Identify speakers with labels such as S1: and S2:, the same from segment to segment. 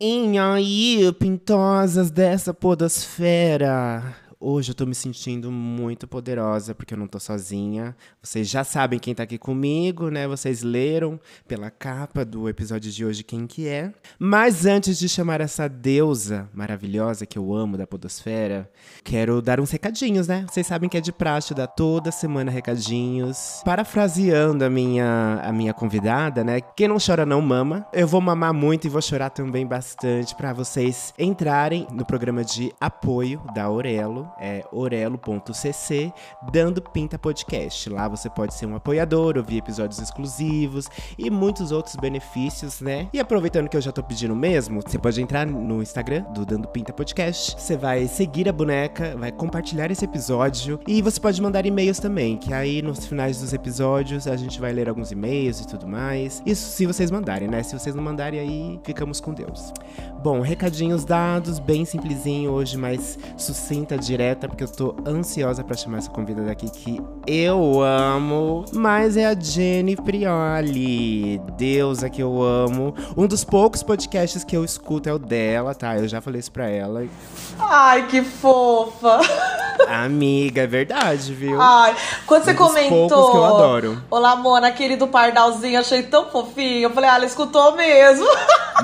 S1: E aí, pintosas dessa podosfera? Hoje eu tô me sentindo muito poderosa, porque eu não tô sozinha. Vocês já sabem quem tá aqui comigo, né? Vocês leram pela capa do episódio de hoje quem que é. Mas antes de chamar essa deusa maravilhosa que eu amo da podosfera, quero dar uns recadinhos, né? Vocês sabem que é de praxe dar toda semana recadinhos. Parafraseando a minha, a minha convidada, né? Quem não chora não mama. Eu vou mamar muito e vou chorar também bastante para vocês entrarem no programa de apoio da Orelo é orelo.cc, dando Pinta Podcast. Lá você pode ser um apoiador, ouvir episódios exclusivos e muitos outros benefícios, né? E aproveitando que eu já tô pedindo mesmo, você pode entrar no Instagram do Dando Pinta Podcast. Você vai seguir a boneca, vai compartilhar esse episódio e você pode mandar e-mails também, que aí nos finais dos episódios a gente vai ler alguns e-mails e tudo mais. Isso se vocês mandarem, né? Se vocês não mandarem aí, ficamos com Deus. Bom, recadinhos dados, bem simplesinho hoje, mas sucinta, direta, porque eu tô ansiosa pra chamar essa convidada aqui que eu amo. Mas é a Jenny Prioli, deusa que eu amo. Um dos poucos podcasts que eu escuto é o dela, tá? Eu já falei isso pra ela.
S2: Ai, que fofa!
S1: Amiga, é verdade, viu?
S2: Ai, quando Ah, você
S1: Um dos
S2: comentou.
S1: poucos que eu adoro.
S2: Olá, Mona, querido Pardalzinho, achei tão fofinho. Eu falei, ah, ela escutou mesmo.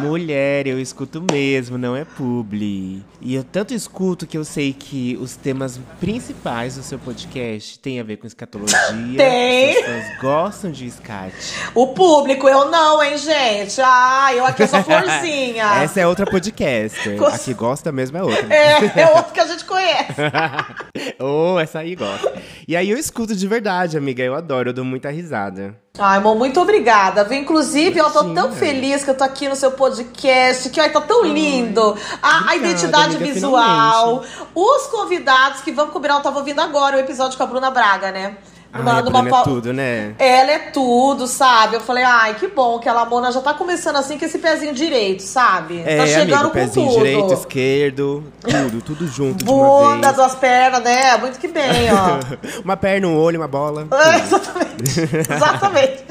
S1: Mulher, eu escuto mesmo, não é publi. E eu tanto escuto que eu sei que os temas principais do seu podcast têm a ver com escatologia.
S2: Tem.
S1: As pessoas gostam de escate.
S2: O público, eu não, hein, gente? Ah, eu aqui sou florzinha.
S1: Essa é outra podcaster.
S2: Gos-
S1: A que gosta mesmo é outra.
S2: é, é outro que a gente conhece.
S1: Ou Oh, essa aí gosta. E aí eu escuto de verdade, amiga. Eu adoro, eu dou muita risada.
S2: Ai, amor, muito obrigada. viu? Inclusive, eu tô tão
S1: Imagina.
S2: feliz que eu tô aqui no seu podcast, que ó, tá tão lindo. A, a
S1: obrigada,
S2: identidade
S1: amiga,
S2: visual, os convidados que vamos combinar, eu tava ouvindo agora o episódio com a Bruna Braga, né?
S1: Ai, a Bruna
S2: pa-
S1: é tudo, né?
S2: Ela é tudo, sabe? Eu falei, ai, que bom que ela, Mona, já tá começando assim com esse pezinho direito, sabe?
S1: É,
S2: tá chegando
S1: amigo,
S2: com
S1: pezinho
S2: tudo.
S1: direito, esquerdo, tudo, tudo junto de uma
S2: Bunda,
S1: vez.
S2: duas pernas, né? Muito que bem, ó.
S1: uma perna, um olho, uma bola.
S2: É,
S1: tudo.
S2: exatamente. Exatamente.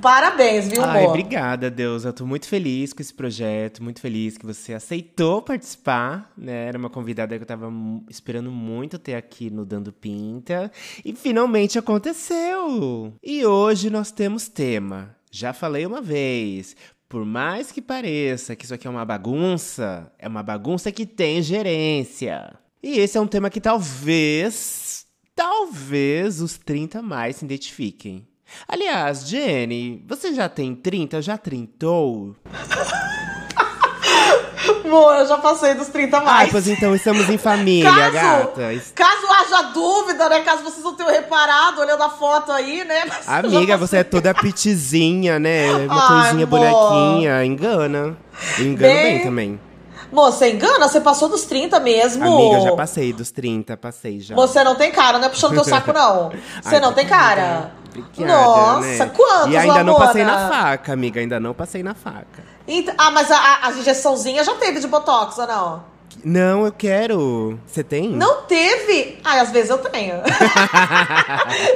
S2: Parabéns, viu,
S1: Ai,
S2: amor?
S1: obrigada, Deus. Eu tô muito feliz com esse projeto, muito feliz que você aceitou participar, né? Era uma convidada que eu tava mu- esperando muito ter aqui no Dando Pinta. E finalmente aconteceu! E hoje nós temos tema. Já falei uma vez. Por mais que pareça que isso aqui é uma bagunça, é uma bagunça que tem gerência. E esse é um tema que talvez, talvez os 30 mais se identifiquem. Aliás, Jenny, você já tem 30? Já trintou?
S2: Mona, eu já passei dos 30 a
S1: Ai,
S2: mais.
S1: pois então estamos em família,
S2: Caso-
S1: gata. Es-
S2: Caso haja dúvida, né? Caso vocês não tenham reparado, olhando a foto aí, né? Mas eu já
S1: Amiga,
S2: passei.
S1: você é toda pitizinha, né? Uma
S2: Ai,
S1: coisinha
S2: amor.
S1: bonequinha. Engana. Eu engano bem,
S2: Bem-
S1: também.
S2: Mô, você engana? Você passou dos 30 mesmo?
S1: Amiga, eu já passei dos 30, passei já.
S2: Você não tem cara, não é puxando teu saco, não. Você
S1: Ai, tá
S2: não tem cara.
S1: Obrigada,
S2: Nossa,
S1: né?
S2: quantos,
S1: E ainda não
S2: Lamona?
S1: passei na faca, amiga. Ainda não passei na faca.
S2: Ent- ah, mas a, a- a injeçãozinha já teve de Botox, ou não?
S1: Não, eu quero. Você tem?
S2: Não teve? Ai, às vezes eu tenho.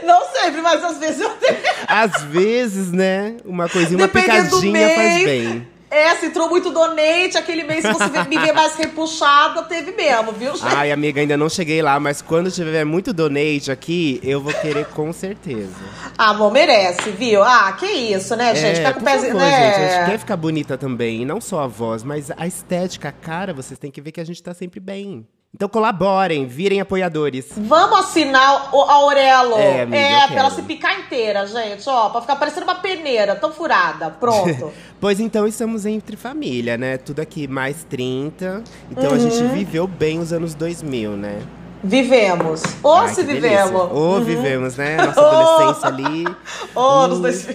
S2: não sempre, mas às vezes eu tenho.
S1: Às vezes, né? Uma coisinha, uma
S2: Dependendo do
S1: picadinha faz
S2: mês.
S1: bem.
S2: É, se entrou muito donate, aquele mês que você me vê mais repuxada, teve mesmo, viu, gente?
S1: Ai, amiga, ainda não cheguei lá, mas quando tiver muito donate aqui, eu vou querer com certeza.
S2: Ah, amor, merece, viu? Ah, que isso, né, gente? Fica com
S1: É,
S2: o
S1: por
S2: pezinho,
S1: favor,
S2: né?
S1: gente, é- a gente quer ficar bonita também, e não só a voz, mas a estética, a cara, vocês têm que ver que a gente tá sempre bem. Então colaborem, virem apoiadores.
S2: Vamos assinar o Aurelo.
S1: É, amiga, eu
S2: pra ela
S1: quero.
S2: se picar inteira, gente. Ó, pra ficar parecendo uma peneira, tão furada. Pronto.
S1: Pois então estamos entre família, né? Tudo aqui mais 30. Então a gente
S2: Uhum.
S1: viveu bem os anos 2000, né?
S2: vivemos. Ou
S1: Ai,
S2: se
S1: que delícia.
S2: vivemos. Uhum.
S1: Ou vivemos, né? Nossa
S2: Oh.
S1: adolescência ali.
S2: Ou nos
S1: Hum.
S2: dois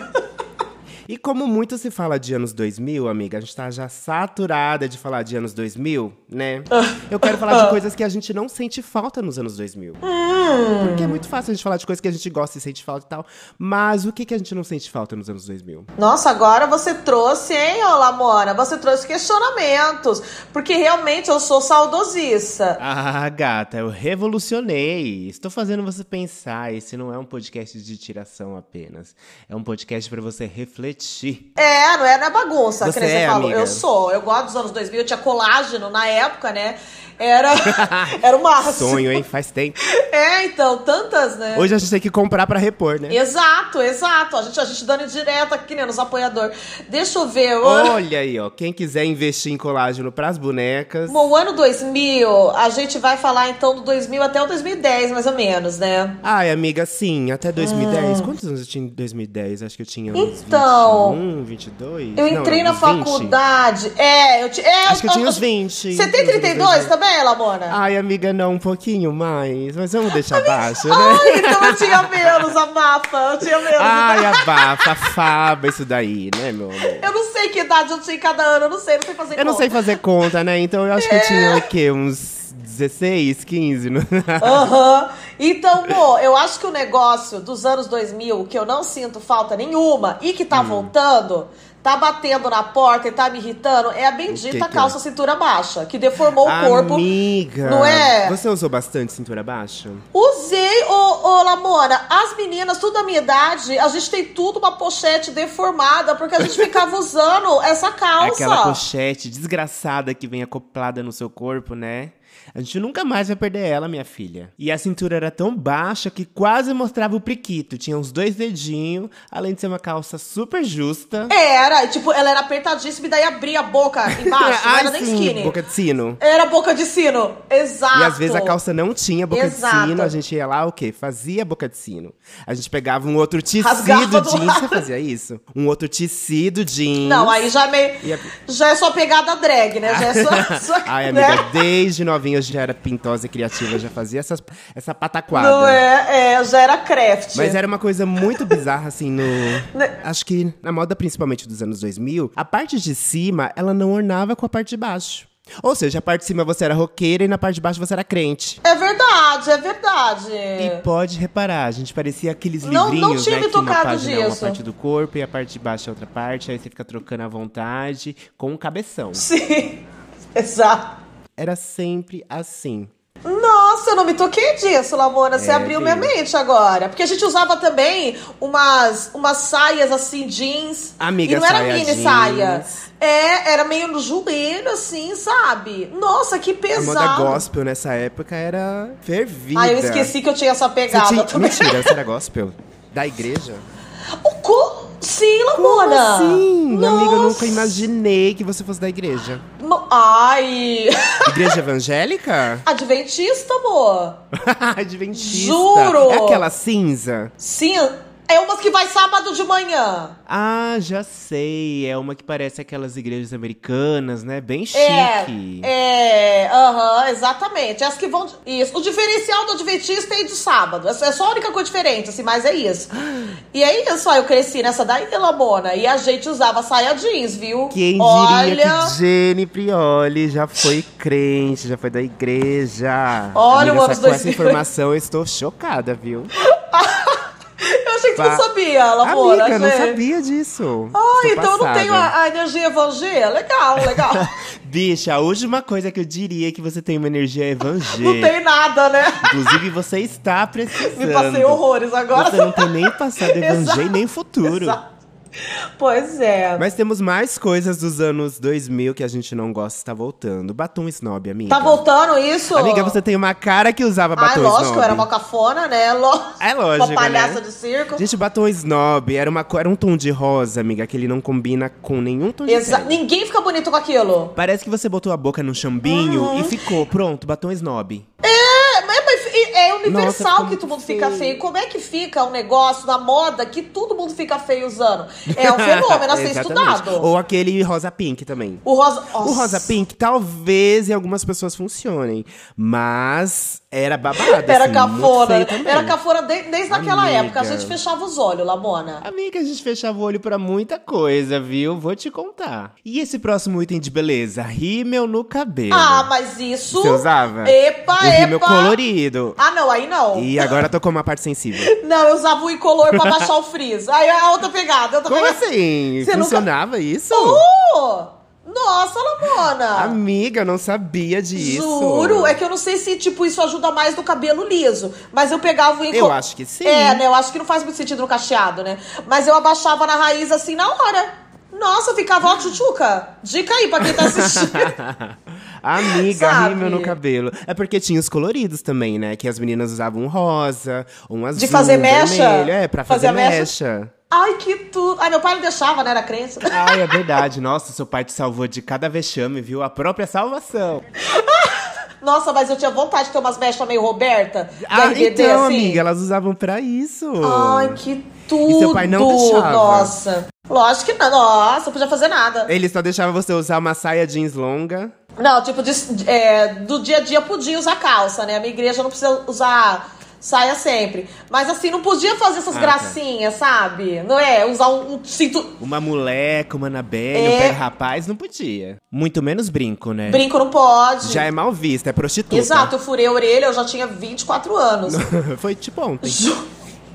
S1: E como muito se fala de anos 2000, amiga, a gente tá já saturada de falar de anos 2000, né? Eu quero falar de coisas que a gente não sente falta nos anos 2000. Porque é muito fácil a gente falar de coisas que a gente gosta e sente falta e tal. Mas o que, que a gente não sente falta nos anos 2000?
S2: Nossa, agora você trouxe, hein, ô Lamona? Você trouxe questionamentos. Porque realmente eu sou saudosista.
S1: Ah, gata, eu revolucionei. Estou fazendo você pensar. Esse não é um podcast de tiração apenas. É um podcast para você ti.
S2: É, não é, não é bagunça,
S1: Você
S2: que nem você
S1: é,
S2: falou.
S1: amiga.
S2: Eu sou, eu gosto dos anos 2000, eu tinha colágeno na época, né? Era, era o máximo.
S1: Sonho, hein? Faz tempo.
S2: É, então, tantas, né?
S1: Hoje a gente tem que comprar pra repor, né?
S2: Exato, exato. A gente, a gente dando direto aqui, né, nos apoiadores. Deixa eu ver. o-
S1: Olha aí, ó. Quem quiser investir em colágeno pras bonecas.
S2: Bom, o ano 2000, a gente vai falar então do 2000 até o 2010, mais ou menos, né?
S1: Ai, amiga, sim, até
S2: Ah.
S1: 2010. Quantos anos eu tinha em 2010? Acho que eu tinha uns
S2: Então,
S1: 21, 22.
S2: Eu
S1: Não, é
S2: entrei na
S1: uns 20.
S2: faculdade. É, eu, ti- é,
S1: Acho que eu tinha uns 20.
S2: Você tem 32 também, Lamona?
S1: né? Ai, amiga, não, um pouquinho mais. Mas vamos deixar abaixo, né?
S2: Ai, então eu tinha menos, a Mafa. Eu tinha menos.
S1: Ai, abafa, faba isso daí, né, meu amor?
S2: Eu não sei que idade eu tinha em cada ano, eu não sei, não sei fazer
S1: Eu não
S2: conta.
S1: sei fazer conta, né? Então eu acho que eu
S2: É.
S1: tinha o quê? Uns 16, 15? Não?
S2: Aham. Então, pô, eu acho que o negócio dos anos 2000, que eu não sinto falta nenhuma e que tá
S1: Hum.
S2: voltando, tá batendo na porta e tá me irritando, é a
S1: O
S2: bendita
S1: que que é?
S2: calça cintura baixa, que deformou o corpo.
S1: Amiga!
S2: não é?
S1: Você usou bastante cintura baixa?
S2: Usei, ô, ô Lamona, as meninas, tudo da minha idade, a gente tem tudo uma pochete deformada, porque a gente ficava usando essa
S1: É
S2: calça.
S1: Aquela pochete desgraçada que vem acoplada no seu corpo, né? A gente nunca mais vai perder ela, minha filha. E a cintura era tão baixa que quase mostrava o priquito. Tinha uns dois dedinhos, além de ser uma calça super justa.
S2: Era, e, tipo, ela era apertadíssima e daí abria a boca embaixo, não era nem skinny.
S1: Ah, assim, boca de sino.
S2: Era boca de sino, exato.
S1: E às vezes a calça não tinha boca
S2: Exato.
S1: de sino, a gente ia lá, o quê? Fazia boca de sino. A gente pegava um outro tecido
S2: Rasgava do
S1: jeans.
S2: lado.
S1: Você fazia isso? Um outro tecido jeans.
S2: Não, aí já é
S1: E
S2: meio.
S1: a-
S2: Já é só pegada drag, né? Já é só. só
S1: Ai,
S2: né?
S1: amiga, é desde novinha eu já era pintosa e criativa, eu já fazia essas, essa pataquada.
S2: Não é, é, já era craft.
S1: Mas é era uma coisa muito bizarra, assim, no.
S2: Né?
S1: Acho que na moda, principalmente dos anos 2000, a parte de cima, ela não ornava com a parte de baixo. Ou seja, a parte de cima você era roqueira e na parte de baixo você era crente.
S2: É verdade, é verdade.
S1: E pode reparar, a gente parecia aqueles
S2: É. Não- não
S1: livrinhos,
S2: tinha
S1: né?
S2: me
S1: que uma
S2: tocado
S1: página é uma
S2: disso.
S1: parte do corpo e a parte de baixo é outra parte. Aí você fica trocando à vontade com o cabeção.
S2: Sim, exato.
S1: Era sempre assim.
S2: Nossa, eu não me toquei disso, Lamona. Você
S1: É,
S2: abriu minha
S1: viu?
S2: mente agora. Porque a gente usava também umas, umas saias assim, jeans.
S1: Amiga,
S2: e não era
S1: saia
S2: mini
S1: jeans.
S2: saia. É, era meio no joelho, assim, sabe? Nossa, que
S1: A
S2: pesado.
S1: É moda gospel nessa época era fervida.
S2: Ah, eu esqueci que eu tinha essa
S1: Você
S2: pegada
S1: tinha-
S2: também.
S1: Mentira, você era gospel? Da igreja?
S2: O co... Sim, Lamona!
S1: Sim, assim? amiga, eu
S2: Nossa.
S1: nunca imaginei que você fosse da igreja.
S2: No- Ai!
S1: Igreja evangélica?
S2: Adventista, amor!
S1: Adventista.
S2: Juro!
S1: É aquela cinza?
S2: Sim, é umas que vai sábado de manhã.
S1: Ah, já sei. É uma que parece aquelas igrejas americanas, né? Bem chique.
S2: É, é, aham, exatamente. As que vão. Isso. O diferencial do Adventista é ir de sábado. É é só a única coisa diferente, assim, mas é isso. E é isso, ó, eu cresci nessa daí, Lamona. E a gente usava saia jeans, viu?
S1: Quem diria
S2: Olha.
S1: que Jenny Prioli já foi crente, já foi da igreja.
S2: Olha, o
S1: Amiga,
S2: ano
S1: essa- com essa
S2: 2000.
S1: informação eu estou chocada, viu?
S2: Eu achei que tu
S1: Pá.
S2: não sabia, Lamona.
S1: Amiga, eu não
S2: gente.
S1: sabia disso.
S2: Ah,
S1: Estou
S2: então eu não
S1: passada.
S2: tenho a, a energia evangélica? Legal, legal.
S1: Bicha, a última coisa que eu diria é que você tem uma energia
S2: não
S1: evangélica.
S2: tem nada, né?
S1: Inclusive, você está precisando.
S2: Me passei horrores agora.
S1: Você não tem nem passado evangelho nem futuro.
S2: Exato. Pois é.
S1: Mas temos mais coisas dos anos 2000 que a gente não gosta está voltando. Batom snob, amiga.
S2: Tá voltando isso?
S1: Amiga, você tem uma cara que usava
S2: Ah,
S1: batom
S2: lógico,
S1: snob.
S2: eu era uma cafona, né? Ló-
S1: É lógico,
S2: Uma palhaça
S1: né?
S2: de circo.
S1: Gente, batom snob era, uma, co- era um tom de rosa, amiga, que ele não combina com nenhum tom de
S2: Exa-
S1: pele.
S2: Ninguém fica bonito com aquilo.
S1: Parece que você botou a boca num chambinho
S2: Uhum.
S1: e ficou, pronto, batom snob.
S2: É, mas, mas é universal
S1: Nossa, ficou
S2: que todo mundo
S1: muito
S2: fica
S1: feio.
S2: feio. Como é que fica o negócio da moda que todo mundo fica feio usando? É um fenômeno a ser
S1: Exatamente.
S2: estudado.
S1: Ou aquele rosa pink também.
S2: O rosa...
S1: O rosa
S2: Nossa.
S1: pink talvez em algumas pessoas funcionem, mas era babado.
S2: Era
S1: assim, muito
S2: cafona.
S1: feio também.
S2: Era cafona de- desde aquela
S1: Amiga.
S2: época. A gente fechava os olhos, Lamona.
S1: Amiga, a gente fechava o olho pra muita coisa, viu? Vou te contar. E esse próximo item de beleza? Rímel no cabelo.
S2: Ah, mas isso.
S1: Você usava?
S2: Epa,
S1: o rímel
S2: epa.
S1: colorido.
S2: Ah, não, aí não.
S1: E agora tocou uma parte sensível.
S2: Não, eu usava o incolor pra baixar o frizz. Aí a outra pegada, a outra
S1: Como
S2: pegada.
S1: assim?
S2: Você nunca-
S1: Funcionava isso?
S2: Uh! Nossa, Lamona!
S1: Amiga, eu não sabia disso.
S2: Juro, é que eu não sei se, tipo, isso ajuda mais no cabelo liso. Mas eu pegava o enco-
S1: Eu acho que sim.
S2: É, né? Eu acho que não faz muito sentido no cacheado, né? Mas eu abaixava na raiz assim na hora. Nossa, ficava ó, tchutchuca. Dica aí pra quem tá assistindo.
S1: Amiga,
S2: Sabe?
S1: rímel no cabelo. É porque tinha os coloridos também, né? Que as meninas usavam um rosa, um azul,
S2: De fazer
S1: um
S2: mecha?
S1: vermelho. É, pra fazer,
S2: Fazer a mecha?
S1: mecha.
S2: Ai, que tudo. Ai, meu pai não deixava, né? Era crença.
S1: Ai, é verdade. Nossa, seu pai te salvou de cada vexame, viu? A própria salvação.
S2: Nossa, mas eu tinha vontade de ter umas mechas meio Roberta. de
S1: Ah,
S2: RBD,
S1: então,
S2: assim.
S1: amiga, elas usavam pra isso.
S2: Ai, que tudo.
S1: E seu pai não deixava?
S2: Nossa. Lógico que não. Nossa, não podia fazer nada.
S1: Ele só deixava você usar uma saia jeans longa.
S2: Não, tipo, de- é, do dia a dia podia usar calça, né? A minha igreja não precisa usar saia sempre. Mas assim, não podia fazer essas
S1: Ah, tá.
S2: gracinhas, sabe? Não é? Usar um, um cinto.
S1: Uma moleca, uma Anabelle,
S2: É.
S1: um pé rapaz, não podia. Muito menos brinco, né?
S2: Brinco não pode.
S1: Já é mal vista, é prostituta.
S2: Exato, eu furei a orelha, eu já tinha 24 anos.
S1: Foi tipo ontem.
S2: Ju-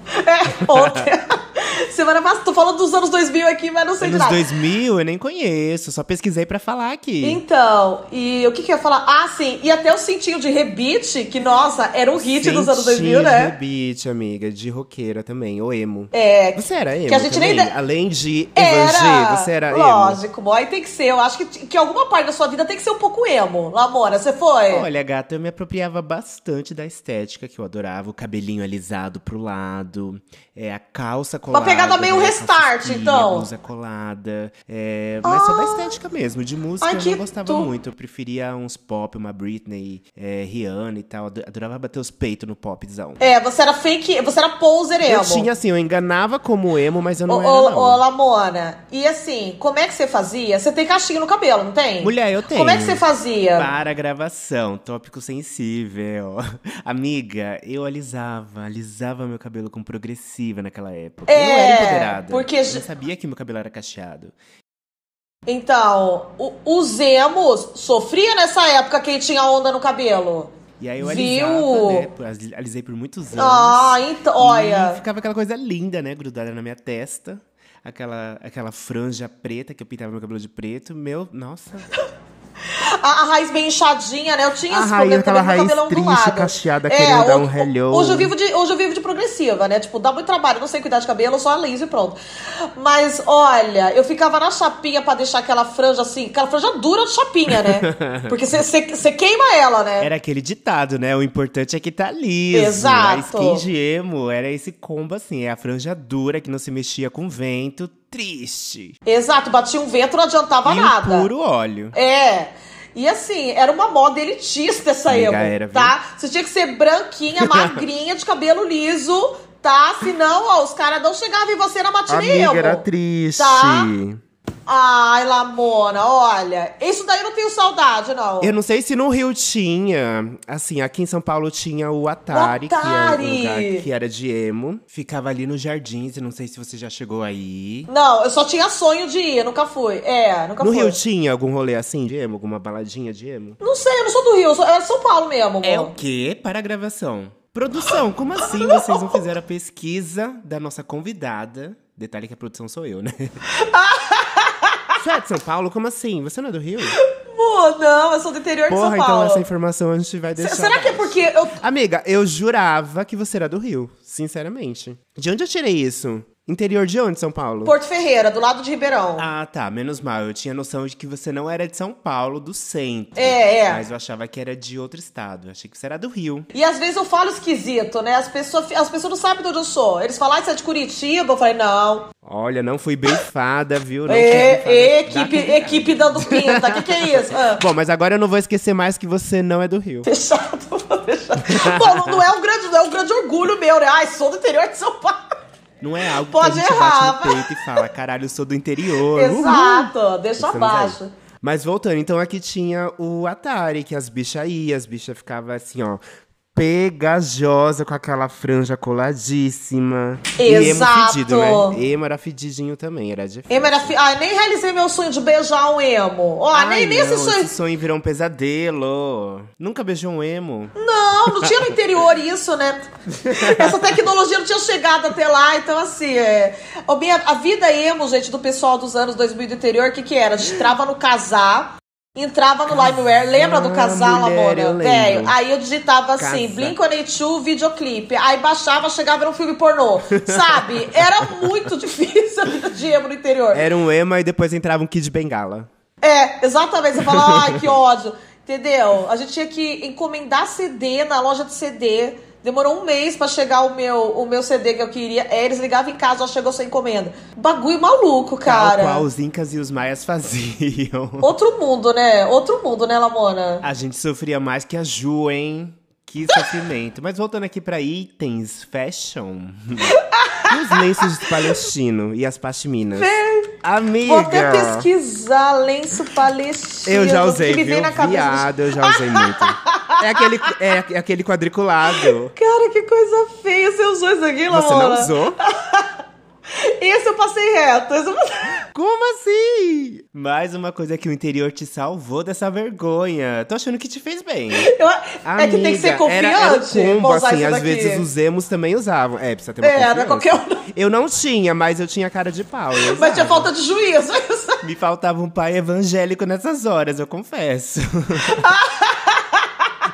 S2: é, ontem. Semana passada, tô falando dos anos 2000 aqui, mas não sei de
S1: Anos
S2: nada.
S1: 2000, eu nem conheço, só pesquisei pra falar aqui.
S2: Então, e o que que eu ia falar? Ah, sim, e até o cintinho de rebite, que nossa, era um hit dos anos 2000,
S1: Senti
S2: né?
S1: Rebite, amiga, de roqueira também, ou emo.
S2: É,
S1: Você era emo
S2: Que a gente nem
S1: também?
S2: de-
S1: Além de
S2: Era.
S1: Evangê, você era emo?
S2: Lógico, boy, tem que ser. Eu acho que, que alguma parte da sua vida tem que ser um pouco emo. Lamora, você foi?
S1: Olha, gata, eu me apropriava bastante da estética que eu adorava. O cabelinho alisado pro lado, é, a calça colada.
S2: pegada meio
S1: né, calça
S2: restart,
S1: espia,
S2: então. Ah.
S1: Blusa colada. é, mas só da estética mesmo. De música
S2: Ai,
S1: eu
S2: que
S1: não gostava
S2: tu-
S1: muito. Eu preferia uns pop, uma Britney, é, Rihanna e tal. Ado- Adorava bater os peitos no popzão.
S2: É, você era fake, você era poser emo.
S1: Eu tinha assim, eu enganava como emo, mas eu
S2: É Ô,
S1: não
S2: ô,
S1: era
S2: ô,
S1: não.
S2: Lamona, e assim, como é que você fazia? Você tem cachinho no cabelo, não tem?
S1: Mulher, eu tenho.
S2: Como é que você fazia?
S1: Para a gravação, tópico sensível. Amiga, eu alisava, alisava meu cabelo com progressiva naquela época. eu
S2: É,
S1: era empoderada.
S2: porque
S1: eu
S2: ge-
S1: não sabia que meu cabelo era cacheado.
S2: Então, o- os emos sofria nessa época quem tinha onda no cabelo.
S1: E aí eu
S2: Viu?
S1: alisava, né? por- ali- Alisei por muitos anos.
S2: Ah, então,
S1: E
S2: olha.
S1: ficava aquela coisa linda, né? Grudada na minha testa. Aquela, aquela franja preta que eu pintava meu cabelo de preto. Meu, nossa.
S2: A, a raiz bem inchadinha, né? Eu tinha
S1: A
S2: esse
S1: raiz,
S2: problema também
S1: aquela
S2: com o
S1: raiz
S2: cabelo
S1: triste,
S2: ondulado.
S1: cacheada, querendo dar um
S2: hoje-
S1: hello.
S2: É, Hoje eu, vivo de, hoje eu vivo de progressiva, né? Tipo, dá muito trabalho, eu não sei cuidar de cabelo, eu só liso e pronto. Mas, olha, eu ficava na chapinha pra deixar aquela franja assim, aquela franja dura de chapinha, né? Porque você queima ela, né?
S1: Era aquele ditado, né? O importante é que tá liso.
S2: Exato.
S1: A skin de emo era esse combo assim, é a franja dura que não se mexia com vento, triste.
S2: Exato, batia um vento, não adiantava
S1: e
S2: nada.
S1: o puro óleo.
S2: É. E assim, era uma moda elitista essa
S1: Amiga,
S2: emo,
S1: era, viu?
S2: tá? Você tinha que ser branquinha, magrinha, de cabelo liso, tá? Senão, ó, os caras não chegavam em você na matinê emo.
S1: triste.
S2: Tá. Ai, Lamona, olha. Isso daí eu não tenho saudade, não.
S1: Eu não sei se no Rio tinha. Assim, aqui em São Paulo tinha o Atari,
S2: Atari!
S1: que era um lugar que era de emo. Ficava ali nos jardins, eu não sei se você já chegou aí.
S2: Não, eu só tinha sonho de ir, nunca fui. É, nunca
S1: no
S2: fui.
S1: Rio tinha algum rolê assim de emo? Alguma baladinha de emo?
S2: Não sei, eu não sou do Rio, eu sou, eu sou de São Paulo mesmo, amor.
S1: É o quê? Para a gravação. Produção, como assim vocês não fizeram a pesquisa da nossa convidada? Detalhe que a produção sou eu, né? Você é de São Paulo? Como assim? Você não é do Rio?
S2: Pô, não, eu sou do interior
S1: Porra,
S2: de São
S1: então
S2: Paulo.
S1: essa informação a gente vai deixar.
S2: Se- Será que é porque eu.
S1: Amiga, eu jurava que você era do Rio, sinceramente. De onde eu tirei isso? Interior de onde, São Paulo?
S2: Porto Ferreira, do lado de Ribeirão.
S1: Ah, tá, menos mal. Eu tinha noção de que você não era de São Paulo, do centro.
S2: É, é.
S1: Mas eu achava que era de outro estado. Achei que você era do Rio.
S2: E às vezes eu falo esquisito, né? As pessoas, as pessoas não sabem de onde eu sou. Eles falam, ah, você é de Curitiba? Eu falei, não.
S1: Olha, não fui briefada, viu? Não fui
S2: É,
S1: briefada.
S2: é,
S1: Dá
S2: equipe,
S1: convidado.
S2: equipe dando pinta. O que, que é isso? Ah,
S1: Bom, mas agora eu não vou esquecer mais que você não é do Rio.
S2: fechado, vou fechar. Bom, não, não é um grande, não é um grande orgulho meu, né? Ai, sou do interior de São Paulo.
S1: Não é algo
S2: Pode
S1: que a gente
S2: errar,
S1: bate no peito e fala, caralho, eu sou do interior. Uhul.
S2: Exato, deixa
S1: Estamos
S2: abaixo.
S1: aí. Mas voltando, então aqui tinha o Atari, que as bichas iam, as bichas ficavam assim, ó, pegajosa com aquela franja coladíssima.
S2: Exato.
S1: E emo fedido, né? Emo era fedidinho também, era difícil.
S2: Emo era fi... Ah, nem realizei meu sonho de beijar um emo. Ó,
S1: Ai,
S2: nem, nem
S1: não,
S2: esse sonho.
S1: esse sonho virou um pesadelo. Nunca beijou um emo.
S2: Não, não tinha no interior isso, né? Essa tecnologia não tinha chegado até lá, então assim, é... Ô, Bia, a vida emo, gente, do pessoal dos anos 2000 do interior, o que que era? A gente entrava no casar, entrava no LimeWare, lembra do
S1: Ah,
S2: casar,
S1: mulher, eu lembro.
S2: Lamona? Velho, aí eu digitava assim,
S1: Casar.
S2: Blink-182 videoclipe, aí baixava, chegava no filme pornô, sabe? Era muito difícil a vida de emo no interior.
S1: Era um emo e depois entrava um Kid Bengala.
S2: É, exatamente. Você fala, ai, que ódio. Entendeu? A gente tinha que encomendar CD na loja de CD. Demorou um mês pra chegar o meu, o meu CD que eu queria. É, eles ligavam em casa, já chegou sua encomenda. Bagulho maluco, cara.
S1: Tal qual os Incas e os Maias faziam.
S2: Outro mundo, né? Outro mundo, né, Lamona?
S1: A gente sofria mais que a Ju, hein? Que sofrimento. Mas voltando aqui pra itens, fashion. e os lenços de palestino e as pashminas? Amiga!
S2: Vou até pesquisar lenço palestino.
S1: Eu já usei,
S2: que me
S1: viu?
S2: vem na cabeça.
S1: Viado, eu já usei muito. É aquele, é, é aquele quadriculado.
S2: Cara, que coisa feia. Você usou isso aqui, Lamona?
S1: Você não usou?
S2: Esse eu passei reto. Esse eu passei...
S1: Como assim? Mais uma coisa que o interior te salvou dessa vergonha. Tô achando que te fez bem.
S2: Eu- é que tem que ser
S1: Amiga,
S2: confiante.
S1: era- era o combo,
S2: pra usar
S1: assim,
S2: isso
S1: às
S2: daqui.
S1: vezes os emos também usavam. É, precisa ter uma
S2: É, era
S1: confiança.
S2: qualquer um.
S1: Eu não tinha, mas eu tinha cara de pau. eu
S2: Mas tinha
S1: usava.
S2: falta de juízo.
S1: Me faltava um pai evangélico nessas horas, eu confesso.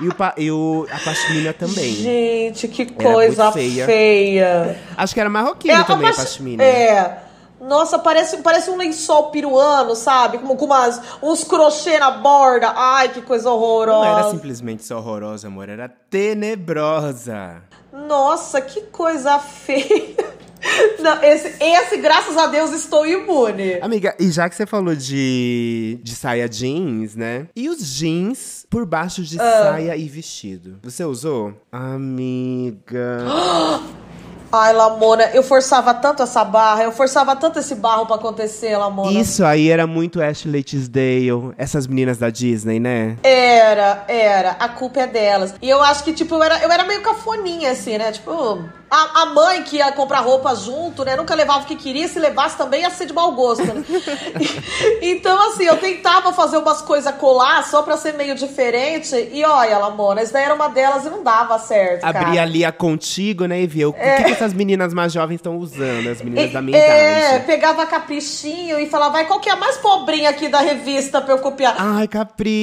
S1: e, o pa- e o- a pashmina também. é
S2: Gente, que
S1: muito
S2: coisa
S1: feia.
S2: feia.
S1: Acho que era marroquino também a
S2: pax-
S1: pashmina.
S2: É. Nossa, parece, parece um lençol peruano, sabe? Como com umas, uns crochê na borda. Ai, que coisa
S1: Não era assim.
S2: horrorosa.
S1: simplesmente só horrorosa, amor, era tenebrosa.
S2: Nossa, que coisa feia. Não, esse, esse, graças a Deus, estou imune.
S1: Amiga, e já que você falou de, de saia jeans, né? E os jeans por baixo de
S2: Ah.
S1: saia e vestido? Você usou? Amiga.
S2: Ai, Lamona, eu forçava tanto essa barra, eu forçava tanto esse barro pra acontecer, Lamona.
S1: Isso aí era muito Ashley Tisdale, essas meninas da Disney, né?
S2: Era, era. A culpa é delas. E eu acho que, tipo, eu era, eu era meio cafoninha, assim, né? Tipo, a, a mãe que ia comprar roupa junto, né? Nunca levava o que queria. Se levasse também ia ser de mau gosto, né? então, assim, eu tentava fazer umas coisas colar só pra ser meio diferente. E olha, Lamona, isso daí era uma delas e não dava certo, cara.
S1: Abria ali a contigo, né? E via o o que, que essas meninas mais jovens estão usando, as meninas
S2: É. E-
S1: da minha
S2: é,
S1: idade.
S2: pegava caprichinho e falava, vai, qual que é a mais pobrinha aqui da revista pra eu copiar?
S1: Ai,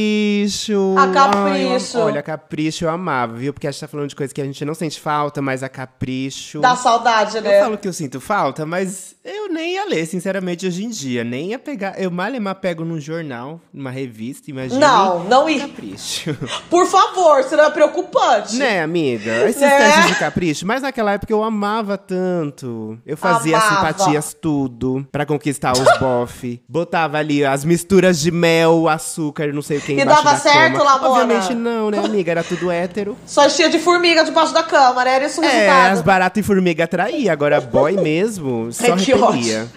S1: capricho!
S2: A
S1: Ai, eu
S2: Capricho.
S1: am- olha, capricho eu amava, viu? Porque a gente tá falando de coisa que a gente não sente falta, mas a capricho.
S2: Dá saudade,
S1: Eu
S2: né?
S1: falo que eu sinto falta, mas eu nem ia ler, sinceramente, hoje em dia. Nem ia pegar. Eu malemar pego num jornal, numa revista, imagina.
S2: Não, não ia.
S1: Capricho.
S2: Por favor, senão é preocupante.
S1: né, amiga? Esses
S2: Né?
S1: testes de capricho. Mas naquela época eu amava tanto. Eu fazia
S2: Amava.
S1: simpatias tudo pra conquistar os bofe. Botava ali as misturas de mel, açúcar, não sei o que.
S2: E
S1: embaixo
S2: dava
S1: da
S2: certo,
S1: cama.
S2: Lamona?
S1: Obviamente não, né, amiga? Era tudo hétero.
S2: Só enchia de formiga debaixo da cama, né? Era isso o
S1: É,
S2: resultado.
S1: as baratas e formiga atraía, agora boy mesmo só
S2: Ai, que
S1: repelia.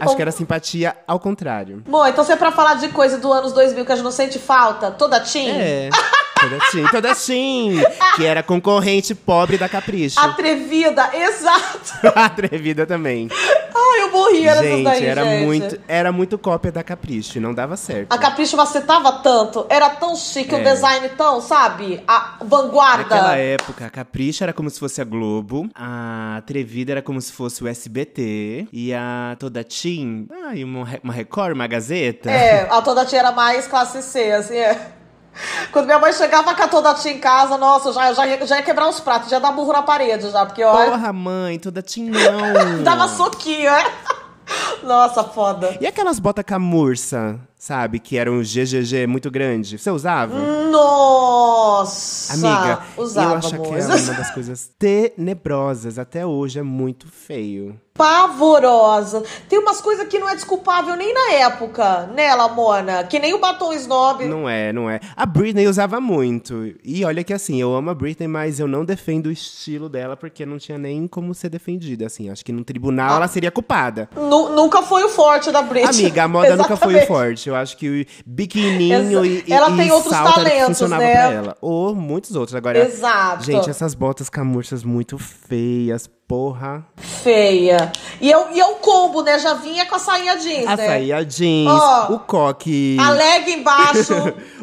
S1: Acho que era simpatia ao contrário.
S2: Bom, então se é pra falar de coisa do anos 2000 que a gente não sente falta, toda teen,
S1: É. Toda Tim, toda Tim, que era concorrente pobre da Capricho.
S2: atrevida, exato.
S1: Atrevida também.
S2: Ai, eu morria nessas
S1: Gente,
S2: daí,
S1: era
S2: gente.
S1: muito, era muito cópia da Capricho, e não dava certo.
S2: A Capricho macetava tanto, era tão chique,
S1: É.
S2: o design tão, sabe? A vanguarda.
S1: Naquela época, a Capricho era como se fosse a Globo, a Atrevida era como se fosse o SBT, e a Toda Tim, ah, e uma, Re- uma Record, uma Gazeta.
S2: É, a toda tia era mais classe C, assim, é. Quando minha mãe chegava com a toda tia em casa, nossa, eu já, eu já, ia- já ia quebrar os pratos, já ia dar burro na parede já, porque olha,
S1: Porra, mãe, toda Tim não.
S2: dava soquinho, é. Nossa, foda.
S1: E aquelas botas camurça, sabe? Que era um GGG muito grande. Você usava?
S2: Nossa!
S1: Amiga, eu
S2: Hum, usava
S1: acho que era
S2: coisa.
S1: uma das coisas tenebrosas. Até hoje é muito feio.
S2: Pavorosa. Tem umas coisas que não é desculpável nem na época, né, Lamona? Que nem o batom snob.
S1: Não é, não é. A Britney usava muito. E olha que assim, eu amo a Britney, mas eu não defendo o estilo dela porque não tinha nem como ser defendida. Assim,
S2: Ah.
S1: acho que no tribunal ela seria culpada.
S2: Nu- nunca foi o forte da Britney.
S1: Amiga, a moda nunca foi o
S2: Exatamente.
S1: forte. Eu Eu acho que o biquininho e, e
S2: Ela tem
S1: e
S2: outros
S1: salto era o que
S2: talentos,
S1: funcionava
S2: né?
S1: pra ela. Ou muitos outros. Agora,
S2: Exato.
S1: gente, essas botas camurças muito feias, porra.
S2: Feia. E eu, e eu combo, né? Já vinha com a sainha jeans,
S1: A
S2: né?
S1: saia jeans,
S2: Ó,
S1: o coque...
S2: A leg embaixo.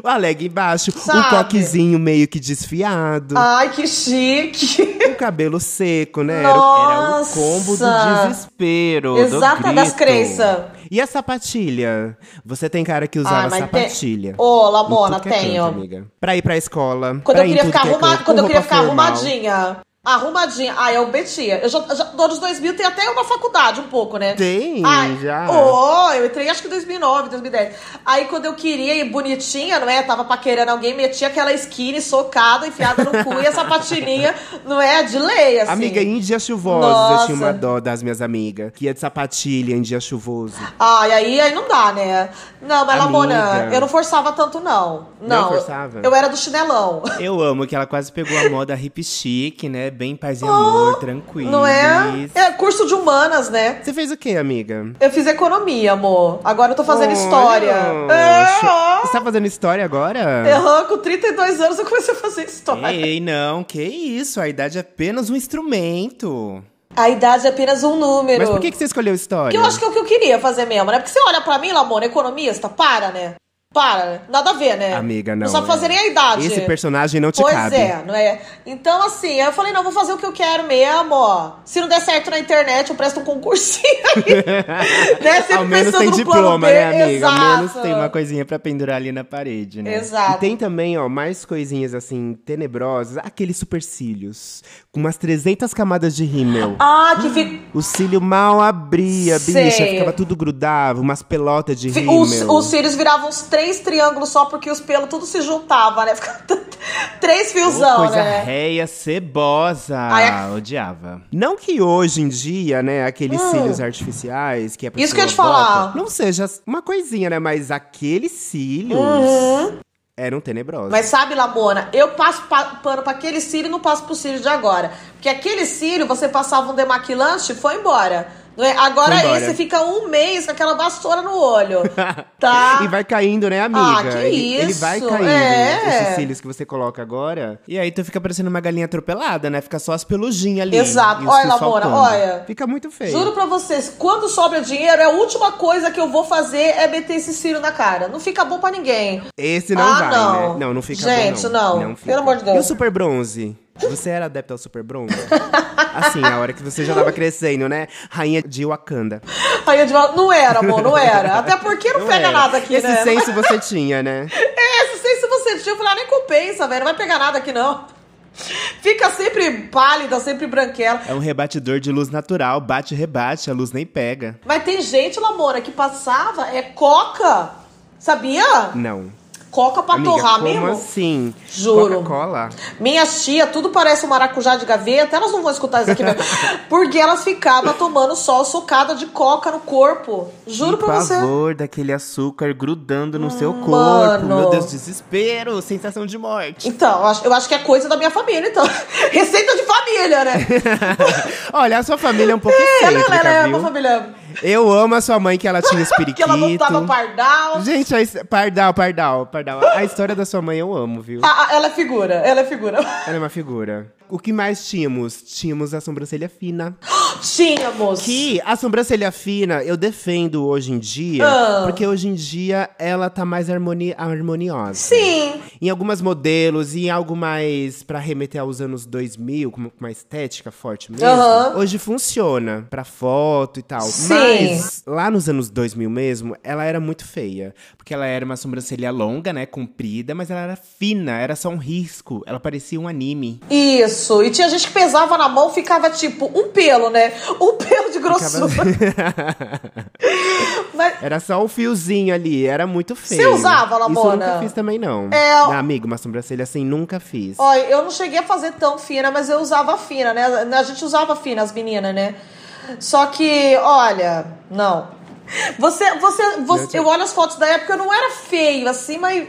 S1: o aleg embaixo,
S2: Sabe? Ah.
S1: o coquezinho meio que desfiado,
S2: Ai, que chique.
S1: o cabelo seco, né? Era, era o combo
S2: Nossa!
S1: do desespero, do
S2: Exata
S1: grito.
S2: das crenças.
S1: E a sapatilha? Você tem cara que
S2: Ai,
S1: usava
S2: mas
S1: sapatilha.
S2: tem- Ô,
S1: Em
S2: Lamona,
S1: tudo que é canto,
S2: tenho.
S1: amiga. Pra ir pra escola.
S2: Quando
S1: pra
S2: eu
S1: ir em
S2: queria
S1: tudo
S2: ficar,
S1: que é
S2: arruma...
S1: canto,
S2: Quando
S1: com
S2: eu queria
S1: roupa
S2: ficar
S1: formal.
S2: arrumadinha. Arrumadinha. Ah, eu metia. Eu já, já, no ano de 2000 tem até eu na faculdade um pouco, né?
S1: Tem,
S2: Ai,
S1: já.
S2: ô, eu entrei acho que em 2009, 2010. Aí quando eu queria ir bonitinha, não é? Tava paquerando alguém, metia aquela skinny socada, enfiada no cu e a sapatininha, não é? De lei, assim.
S1: Amiga, em dias chuvosos, eu tinha uma
S2: Nossa.
S1: dó das minhas amigas. Que ia de sapatilha em dia chuvoso.
S2: Ai, aí, aí não dá, né? Não, mas
S1: Amiga.
S2: Lamona, eu não forçava tanto, não. Não,
S1: Não forçava?
S2: Eu, eu era do chinelão.
S1: Eu amo que ela quase pegou a moda hip chique, né? Bem paz e amor, tranquilo.
S2: Não é? É curso de humanas, né?
S1: Você fez o quê, amiga?
S2: Eu fiz economia, amor. Agora eu tô fazendo
S1: Olha,
S2: história.
S1: cho-
S2: É,
S1: Você tá fazendo história agora?
S2: Errou, com 32 anos eu comecei a fazer história.
S1: Ei, não, que isso? A idade é apenas um instrumento.
S2: A idade é apenas um número.
S1: Mas por que, que você escolheu história?
S2: Porque eu acho que é o que eu queria fazer mesmo, né? Porque você olha pra mim, Lamona, economista, para, né? Para, né? Nada a ver, né?
S1: Amiga, não.
S2: Não sabe fazer
S1: é.
S2: nem a idade.
S1: Esse personagem não te
S2: pois
S1: cabe.
S2: é, não é? Então, assim, aí eu falei, não, vou fazer o que eu quero mesmo, ó. Se não der certo na internet, eu presto um concursinho aí. né? Sempre
S1: Ao menos
S2: pensando
S1: tem
S2: no
S1: diploma,
S2: plano B.
S1: né, amiga?
S2: Exato.
S1: Ao menos tem uma coisinha pra pendurar ali na parede, né?
S2: Exato.
S1: E tem também, ó, mais coisinhas assim, tenebrosas. Aqueles supercílios. Com umas 300 camadas de rímel.
S2: Ah, que fica...
S1: O cílio mal abria,
S2: Sei.
S1: bicha. Ficava tudo grudava, umas pelotas de
S2: Fi-
S1: rímel.
S2: Os, os cílios viravam uns três triângulos só porque os pelos tudo se juntavam, né? Ficava tanto-
S1: Ô,
S2: três fiozão,
S1: coisa
S2: né?
S1: réia, cebosa.
S2: Ai, a- Hum.
S1: Odiava. Não que hoje em dia, né, aqueles cílios artificiais que a pessoa
S2: Isso que eu ia te
S1: bota,
S2: falar.
S1: Não seja uma coisinha, né, mas aqueles cílios eram tenebrosos.
S2: Uhum. Mas sabe, Lamona, eu passo pa- pano pra aquele cílio e não passo pro cílio de agora. Porque aquele cílio, você passava um demaquilante e foi embora. Não é? Agora
S1: Foi embora.
S2: esse fica um mês com aquela vassoura no olho. Tá?
S1: E vai caindo, né, amiga?
S2: Ah, que
S1: ele, ele
S2: isso,
S1: vai caindo,
S2: é.
S1: esses cílios que você coloca agora. E aí tu fica parecendo uma galinha atropelada, né? Fica só as pelujinhas ali.
S2: Exato.
S1: e os
S2: Olha,
S1: fios
S2: Lamona,
S1: faltando.
S2: olha.
S1: Fica muito feio.
S2: Juro pra vocês, quando sobra dinheiro, é a última coisa que eu vou fazer é meter esse cílio na cara. Não fica bom pra ninguém.
S1: Esse não
S2: Ah,
S1: vai,
S2: não.
S1: né? Não, não fica
S2: Gente,
S1: bom,
S2: não.
S1: não.
S2: Pelo amor de Deus.
S1: E o super bronze? Você era adepta ao super bronze? assim, a hora que você já tava crescendo, né? Rainha de Wakanda.
S2: Aí eu digo, não era, amor, não era. Até porque não, pega
S1: era.
S2: nada aqui,
S1: Esse
S2: né?
S1: senso você tinha, né?
S2: É, se sei se você tinha, eu falei, ah, nem compensa, velho. Não vai pegar nada aqui, não. Fica sempre pálida, sempre branquela.
S1: É um rebatidor de luz natural. Bate, rebate, a luz nem pega.
S2: Mas tem gente, Lamona, que passava é coca. Sabia?
S1: Não.
S2: Coca pra
S1: Amiga,
S2: torrar
S1: como
S2: mesmo.
S1: assim?
S2: Juro.
S1: Coca-Cola?
S2: Minhas tia, tudo parece um maracujá de gaveta. Elas não vão escutar isso aqui mesmo. Porque elas ficavam tomando sol socada de coca no corpo. Juro
S1: que
S2: pra você.
S1: pavor daquele açúcar grudando no seu corpo.
S2: Mano.
S1: Meu Deus, desespero, sensação de morte.
S2: Então, eu acho, eu acho que é coisa da minha família, então. Receita de família, né?
S1: Olha, a sua família é um pouco
S2: Ela, ela,
S1: excêntrica,
S2: é
S1: viu?
S2: uma família
S1: Eu amo a sua mãe que ela tinha os
S2: que ela
S1: periquitos.
S2: botava pardal.
S1: Gente, a, his- pardal, pardal, pardal. A história da sua mãe eu amo, viu?
S2: Ah, ah, ela é figura, ela é figura.
S1: Ela é uma figura. O que mais tínhamos? Tínhamos a sobrancelha fina.
S2: Tínhamos.
S1: Que a sobrancelha fina eu defendo hoje em dia,
S2: Ah.
S1: porque hoje em dia ela tá mais harmoni harmoniosa.
S2: Sim.
S1: Em algumas modelos e em algo mais pra remeter aos anos 2000, com uma estética forte mesmo.
S2: Aham.
S1: Hoje funciona pra foto e tal.
S2: Sim.
S1: Mas lá nos anos 2000 mesmo, ela era muito feia, porque ela era uma sobrancelha longa, né, comprida, mas ela era fina, era só um risco, ela parecia um anime.
S2: Isso. E tinha gente que pesava na mão, ficava tipo um pelo, né? Um pelo de grossura.
S1: assim. Ficava-
S2: Mas
S1: Era só um fiozinho ali, era muito feio.
S2: usava,
S1: Isso eu
S2: Lamona?
S1: nunca fiz também, não.
S2: É, eu-
S1: Ah, amigo, uma sobrancelha assim, nunca fiz.
S2: Olha, eu não cheguei a fazer tão fina, mas eu usava fina, né? A gente usava fina, as meninas, né? Só que, olha, não. Você, você, você- eu olho as fotos da época, eu não era feio, assim, mas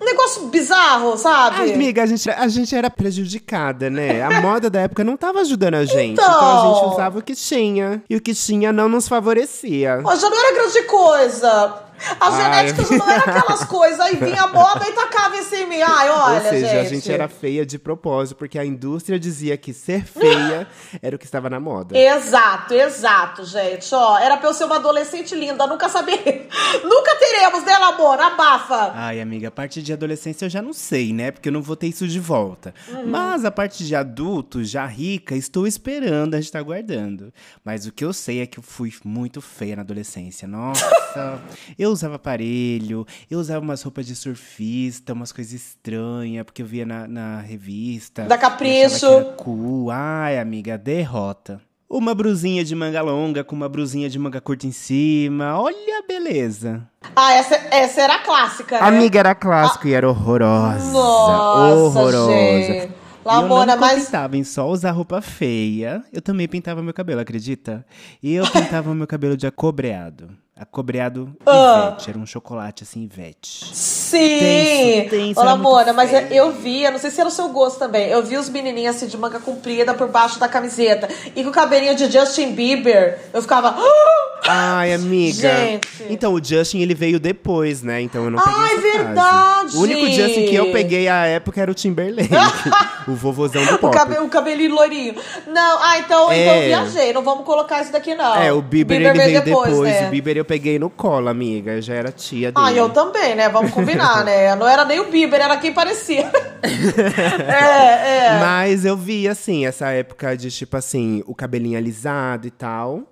S2: um negócio bizarro,
S1: Ai,
S2: sabe?
S1: amiga, a gente, a gente era prejudicada, né? A moda da época não tava ajudando a gente.
S2: Então.
S1: Então... a gente usava o que tinha. E o que tinha não nos favorecia.
S2: Ó, já não era grande coisa. As
S1: Ai.
S2: genéticas não eram aquelas coisas. Aí vinha a moda e tacava em cima em mim. Ai,
S1: Ou
S2: olha,
S1: seja,
S2: gente.
S1: a gente era feia de propósito, porque a indústria dizia que ser feia era o que estava na moda.
S2: Exato, exato, gente. Ó, era pra eu ser uma adolescente linda, nunca saber. nunca teremos, né, amor? Abafa.
S3: Ai, amiga, a parte de adolescência eu já não sei, né? Porque eu não vou ter isso de volta. Mas a parte de adulto, já rica, estou esperando, a gente tá aguardando. Mas o que eu sei é que eu fui muito feia na adolescência. Nossa! eu usava aparelho, eu usava umas roupas de surfista, umas coisas estranhas, porque eu via na, na revista.
S2: Da
S3: e achava que
S2: Capricho.
S3: era cu. Ai, amiga, derrota. Uma brusinha de manga longa com uma brusinha de manga curta em cima. Olha a beleza.
S2: Ah, essa, essa era a clássica, né?
S1: Amiga era clássico e era horrorosa.
S2: Nossa,
S1: horrorosa.
S2: gente.
S3: E eu
S2: Lamona,
S3: não
S2: mas
S3: pintava em só usar roupa feia. Eu também pintava meu cabelo, acredita? E eu pintava meu cabelo de acobreado. Acobreado
S2: Ah.
S3: Ivete. Era um chocolate assim, Ivete.
S2: Sim!
S3: Tenso,
S1: é
S3: tenso,
S2: Olha,
S3: era muito
S2: Mona, mas
S3: feio.
S2: eu via, não sei se era o seu gosto também, eu vi os menininhos assim de manga comprida por baixo da camiseta e com o cabelinho de Justin Bieber. Eu ficava. "Ah!"
S1: Ai, amiga.
S2: Gente.
S1: Então, o Justin, ele veio depois, né? Então eu não peguei
S2: Ai,
S1: essa fase.
S2: verdade!
S1: O único Justin que eu peguei à época era o Timberlake. o vovozão do
S2: O,
S1: pop.
S2: cabe, o cabelinho loirinho. Não, ah, então,
S1: É.
S2: então eu viajei, não vamos colocar isso daqui, não.
S1: É, o Bieber, ele
S2: veio
S1: veio depois.
S2: né?
S1: O Bieber eu peguei no colo, amiga. Eu já era tia dele.
S2: Ah, eu também, né? Vamos combinar, né? Não era nem o Bieber, era quem parecia. é, é.
S1: Mas eu vi, assim, essa época de, tipo assim, o cabelinho alisado e tal.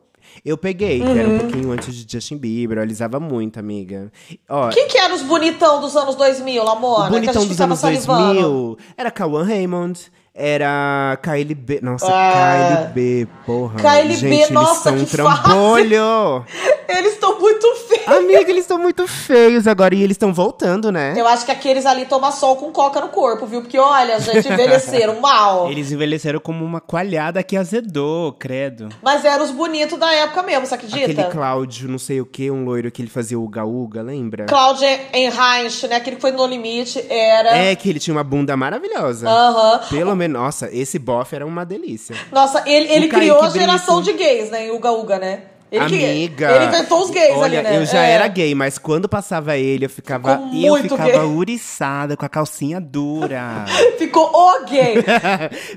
S1: Eu peguei, que
S2: Uhum.
S1: era um pouquinho antes de Justin Bieber. Eu alisava muito, amiga. Ó,
S2: Quem que era os bonitão dos anos 2000,
S1: o
S2: Lamona? que a
S1: bonitão
S2: gente
S1: dos
S2: ficava
S1: anos
S2: salivando.
S1: 2000 era Kawan Raymond, era Kylie B. Nossa,
S2: Ah.
S1: Kylie B, porra.
S2: Kylie B,
S1: Gente, eles
S2: nossa,
S1: são um
S2: que
S1: trambolho!
S2: Eles estão muito feios.
S1: Amiga, eles estão muito feios agora e eles estão voltando, né?
S2: Eu acho que aqueles ali tomam sol com coca no corpo, viu? Porque olha, gente, envelheceram mal.
S3: Eles envelheceram como uma coalhada que azedou, credo.
S2: Mas eram os bonitos da época mesmo, você
S1: Aquele
S2: acredita?
S1: Cláudio, não sei o que, um loiro que ele fazia o gaúga, lembra?
S2: Cláudia Enreinch, né? Aquele que foi no Limite, era.
S1: É, que ele tinha uma bunda maravilhosa.
S2: Aham.
S1: Pelo menos, nossa, esse bofe era uma delícia.
S2: Nossa, ele, ele
S1: O Kaique
S2: criou a
S1: Brito.
S2: geração de gays, né? Em Uga Uga, né? Ele que-
S1: Amiga.
S2: ele inventou os gays
S1: Olha,
S2: ali, né?
S1: eu já
S2: É.
S1: era gay, mas quando passava ele, eu ficava,
S2: Ficou
S3: E eu
S2: Muito
S3: ficava
S2: gay.
S3: ouriçada, com a calcinha dura.
S2: Ficou o gay.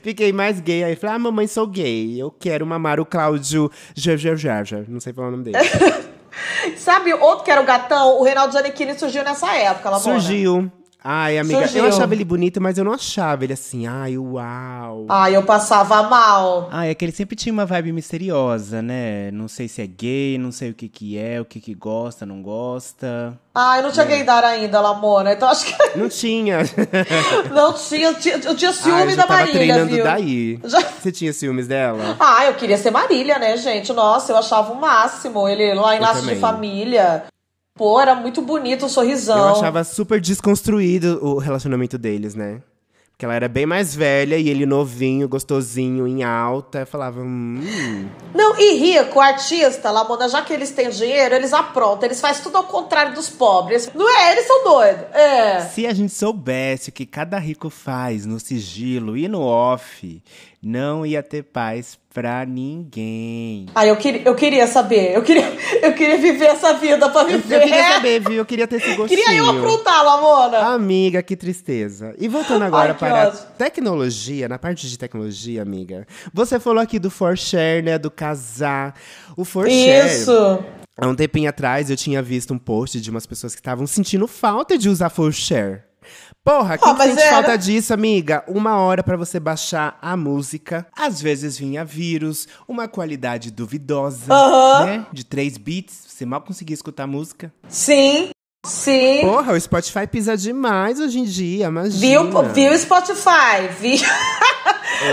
S1: Fiquei mais gay. Aí falei, ah, mamãe, sou gay. Eu quero mamar o Cláudio Gergergerger. Não sei falar o nome dele.
S2: Tá Sabe outro que era o gatão? O Reinaldo Giannichini surgiu nessa época, Lamona.
S1: Surgiu. Ai, amiga,
S2: né? Surgiu.
S1: eu achava ele bonito, mas eu não achava ele assim, ai, uau.
S2: Ai, eu passava mal.
S3: Ah, é que ele sempre tinha uma vibe misteriosa, né? Não sei se é gay, não sei o que que é, o que que gosta, não gosta.
S2: Ai, não
S1: É.
S2: tinha gaydar ainda, Lamona. Então acho que
S1: Não
S3: Ah,
S1: tinha.
S2: Não tinha, eu tinha, eu tinha ciúme
S1: ai, Ah, eu já
S2: da
S1: tava
S2: Marília,
S1: treinando
S2: viu?
S1: daí.
S2: Já-
S1: Você tinha ciúmes dela?
S2: Ah, eu queria ser Marília, né, gente? Nossa, eu achava o máximo. Ele lá em
S1: Eu
S2: laço de
S1: também.
S2: família. Pô, era muito bonito o sorrisão.
S1: Eu achava super desconstruído o relacionamento deles, né? Porque ela era bem mais velha e ele novinho, gostosinho, em alta. Eu falava, hum.
S2: Não, e rico, artista, Lamona, já que eles têm dinheiro, eles aprontam, eles fazem tudo ao contrário dos pobres. Não é? Eles são doidos. É.
S3: Se a gente soubesse o que cada rico faz no sigilo e no off, não ia ter paz pra ninguém.
S2: Ah, eu, queria- eu queria saber. Eu queria, eu queria viver essa vida pra
S1: Eu
S2: viver.
S1: queria saber, viu? Eu Ah, queria ter esse gostinho.
S2: É? Queria eu aprontar, Lamona.
S1: Amiga, que tristeza. E voltando agora
S2: Ai, que
S1: para a
S2: ódio.
S1: tecnologia, na parte de tecnologia, amiga. Você falou aqui do ForShare, né? Do casar. O ForShare.
S2: Isso.
S1: Há um tempinho atrás eu tinha visto um post de umas pessoas que estavam sentindo falta de usar ForShare. Porra, quem
S2: Ah, mas
S1: sente
S2: era-
S1: falta disso, amiga? Uma hora pra você baixar a música.
S3: Às vezes vinha vírus, uma qualidade duvidosa,
S2: Aham.
S3: né? De três beats, você mal conseguia escutar a música.
S2: Sim. Sim.
S1: Porra, o Spotify pisa demais hoje em dia, imagina.
S2: Viu, viu Spotify? Viu?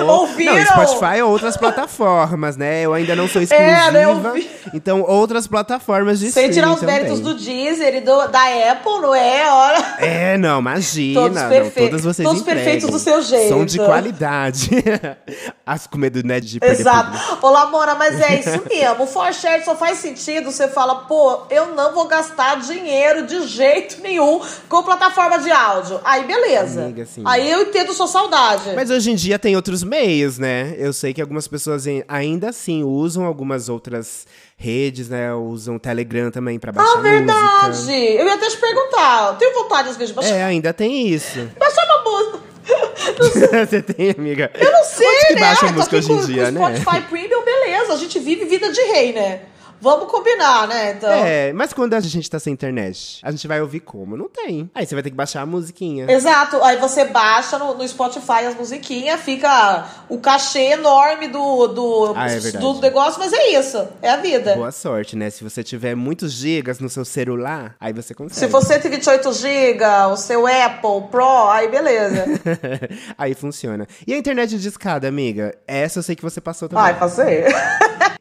S2: Ouviram?
S1: Não, Spotify é outras plataformas, né? Eu ainda não sou exclusiva.
S2: É, né, eu vi.
S1: Então, outras plataformas de
S2: Sem tirar os
S1: streaming
S2: méritos
S1: também.
S2: do Deezer e do, da Apple, não é? Olha.
S1: É, não, imagina.
S2: Todos
S1: não,
S2: perfe-
S1: todas vocês
S2: todos
S1: entregam.
S2: perfeitos do seu jeito.
S1: São de qualidade. As com medo, né, de perder
S2: Exato.
S1: público.
S2: Olá, Mora, mas é isso mesmo. O ForShare só faz sentido. Você fala, pô, eu não vou gastar dinheiro de jeito nenhum com plataforma de áudio. Aí, beleza.
S1: Amiga, sim.
S2: Aí eu entendo sua saudade.
S1: Mas hoje em dia tem outros outros meios, né? Eu sei que algumas pessoas ai- ainda assim usam algumas outras redes, né? Usam Telegram também pra baixar
S2: Ah,
S1: música.
S2: verdade! Eu ia até te perguntar. Eu tenho vontade, às vezes, de baixar,
S1: É, ainda tem isso.
S2: baixar uma música.
S1: Você tem, amiga? Eu
S2: Não sei,
S1: Onde que
S2: né?
S1: baixa
S2: Ah,
S1: a música
S2: tá
S1: hoje
S2: aqui
S1: em
S2: com-
S1: dia,
S2: com
S1: né?
S2: Spotify Premium, beleza. A gente vive vida de rei, né? Vamos combinar, né? Então.
S1: É, mas quando a gente tá sem internet, a gente vai ouvir como? Não tem. Aí você vai ter que baixar a musiquinha.
S2: Exato, aí você baixa no, no Spotify as musiquinhas, fica o cachê enorme do, do,
S1: Ah, é
S2: do
S1: verdade.
S2: negócio, mas é isso, é a vida.
S1: Boa sorte, né? Se você tiver muitos gigas no seu celular, aí você consegue.
S2: Se for 128 GB, o seu Apple Pro, aí beleza.
S1: aí funciona. E a internet de escada, amiga? Essa eu sei que você passou também.
S2: Vai fazer.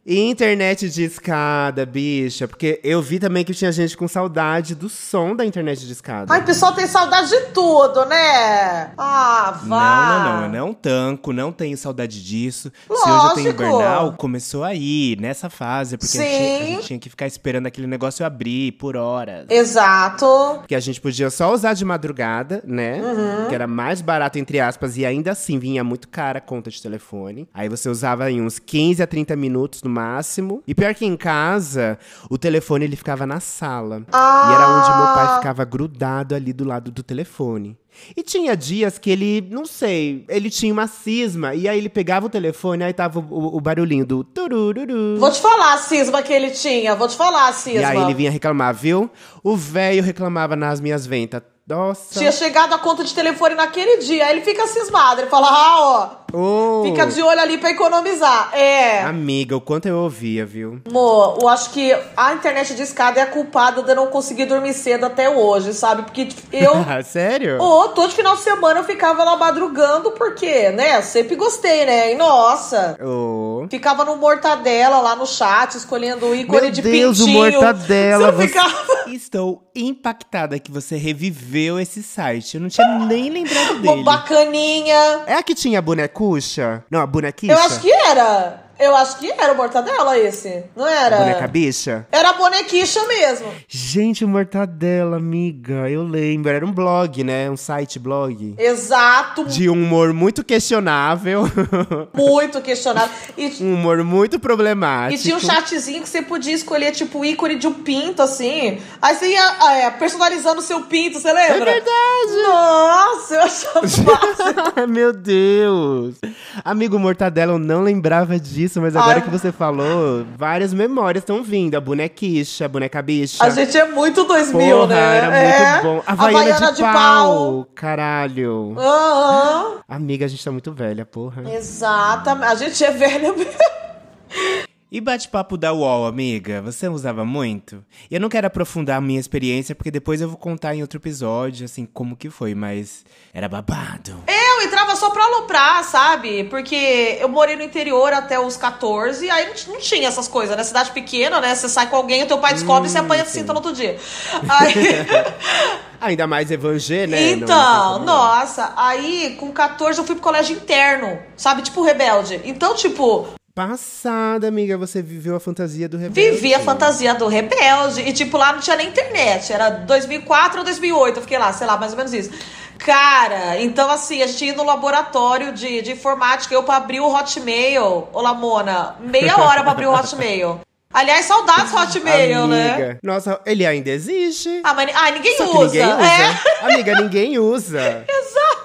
S1: E internet de escada, bicha, porque eu vi também que tinha gente com saudade do som da internet de escada.
S2: Ai, o pessoal tem saudade de tudo, né? Ah, vá.
S3: Não, não, não. Eu não tanco, não tenho saudade disso. Se hoje eu tenho
S2: Lógico.
S3: Bernal, começou aí, nessa fase. Porque a gente, a
S2: Sim.
S3: gente tinha que ficar esperando aquele negócio abrir por horas.
S2: Exato.
S1: Que a gente podia só usar de madrugada, né?
S2: Uhum.
S1: Que era mais barato, entre aspas, e ainda assim vinha muito cara a conta de telefone. Aí você usava em uns 15 a 30 minutos no máximo. E pior que em casa, o telefone ele ficava na sala. E era onde meu
S2: Ah.
S1: pai ficava grudado ali do lado do telefone. E tinha dias que ele, não sei, ele tinha uma cisma. E aí ele pegava o telefone, aí tava o, o barulhinho do turururu.
S2: Vou te falar a cisma que ele tinha, vou te falar a cisma.
S1: E aí ele vinha reclamar, viu? O velho reclamava nas minhas ventas. Nossa.
S2: Tinha chegado a conta de telefone naquele dia, aí ele fica cismado, ele fala, ah,
S1: Ô,
S2: ó, fica de olho ali pra economizar. É.
S1: Amiga, o quanto eu ouvia, viu?
S2: Amor, eu acho que a internet de escada é a culpada de eu não conseguir dormir cedo até hoje, sabe? Porque tipo, eu.
S1: Ah, Sério?
S2: Ô, todo final de semana eu ficava lá madrugando, porque, né? Sempre gostei, né? E nossa.
S1: Ô.
S2: Ficava no mortadela lá no chat, escolhendo o ícone
S1: Meu
S2: de
S1: Deus, o
S2: pintinho.
S1: Mortadela,
S2: Você não
S1: você-
S2: ficava.
S3: Estou impactada que você reviveu esse site. Eu não tinha nem lembrado dele.
S2: Bacaninha.
S1: É a que tinha a bonecucha? Não, a bonequicha?
S2: Eu acho que era. Eu acho que era o mortadela esse. Não era?
S1: A boneca bicha?
S2: Era a bonequicha mesmo.
S1: Gente, o Mortadela, amiga, eu lembro. Era um blog, né? Um site blog.
S2: Exato.
S1: De um humor muito questionável.
S2: Muito questionado. E
S1: um humor muito
S2: E
S1: problemático. É
S2: tinha um chatzinho que você podia escolher, tipo, o ícone de um pinto, assim. Aí você ia ah, é, personalizando o seu pinto, você lembra?
S1: É verdade!
S2: Nossa, eu achava massa.
S1: Meu Deus! Amigo Mortadela, eu não lembrava disso, mas agora
S2: Ai.
S1: que você falou, várias memórias estão vindo. A bonequicha, a boneca bicha.
S2: A gente é muito 2000,
S1: Porra,
S2: né?
S1: era
S2: é.
S1: muito bom. A Havaiana, de, pau. Caralho.
S2: Aham.
S1: Amiga, a gente tá muito velha, porra.
S2: Exatamente. A gente é velha mesmo.
S3: E bate-papo da UOL, amiga? Você usava muito? E eu não quero aprofundar a minha experiência, porque depois eu vou contar em outro episódio, assim, como que foi, mas era babado.
S2: Eu entrava só pra aloprar, sabe? Porque eu morei no interior até os 14, aí não, t- não tinha essas coisas, né? Cidade pequena, né? Você sai com alguém, o teu pai descobre e
S1: Hum,
S2: você apanha de cinta no outro dia. Aí...
S1: Ainda mais evangé, né? Não,
S2: Então,
S1: não tem como não.
S2: nossa, aí com 14 eu fui pro colégio interno, sabe? Tipo rebelde. Então, tipo,
S1: Passada, amiga, você viveu a fantasia do rebelde.
S2: vivi a fantasia do rebelde e, tipo, lá não tinha nem internet. Era 2004 ou 2008, eu fiquei lá, sei lá, mais ou menos isso. Cara, então assim, a gente ia no laboratório de, de informática, eu pra abrir o Hotmail, ô Lamona, meia hora pra abrir o Hotmail. Aliás, saudades Hotmail, né?
S1: Amiga, Nossa, ele ainda existe.
S2: Ah, mas ni- ah, ninguém,
S1: Só que
S2: usa.
S1: ninguém usa.
S2: É.
S1: Amiga, ninguém usa.
S2: Exato.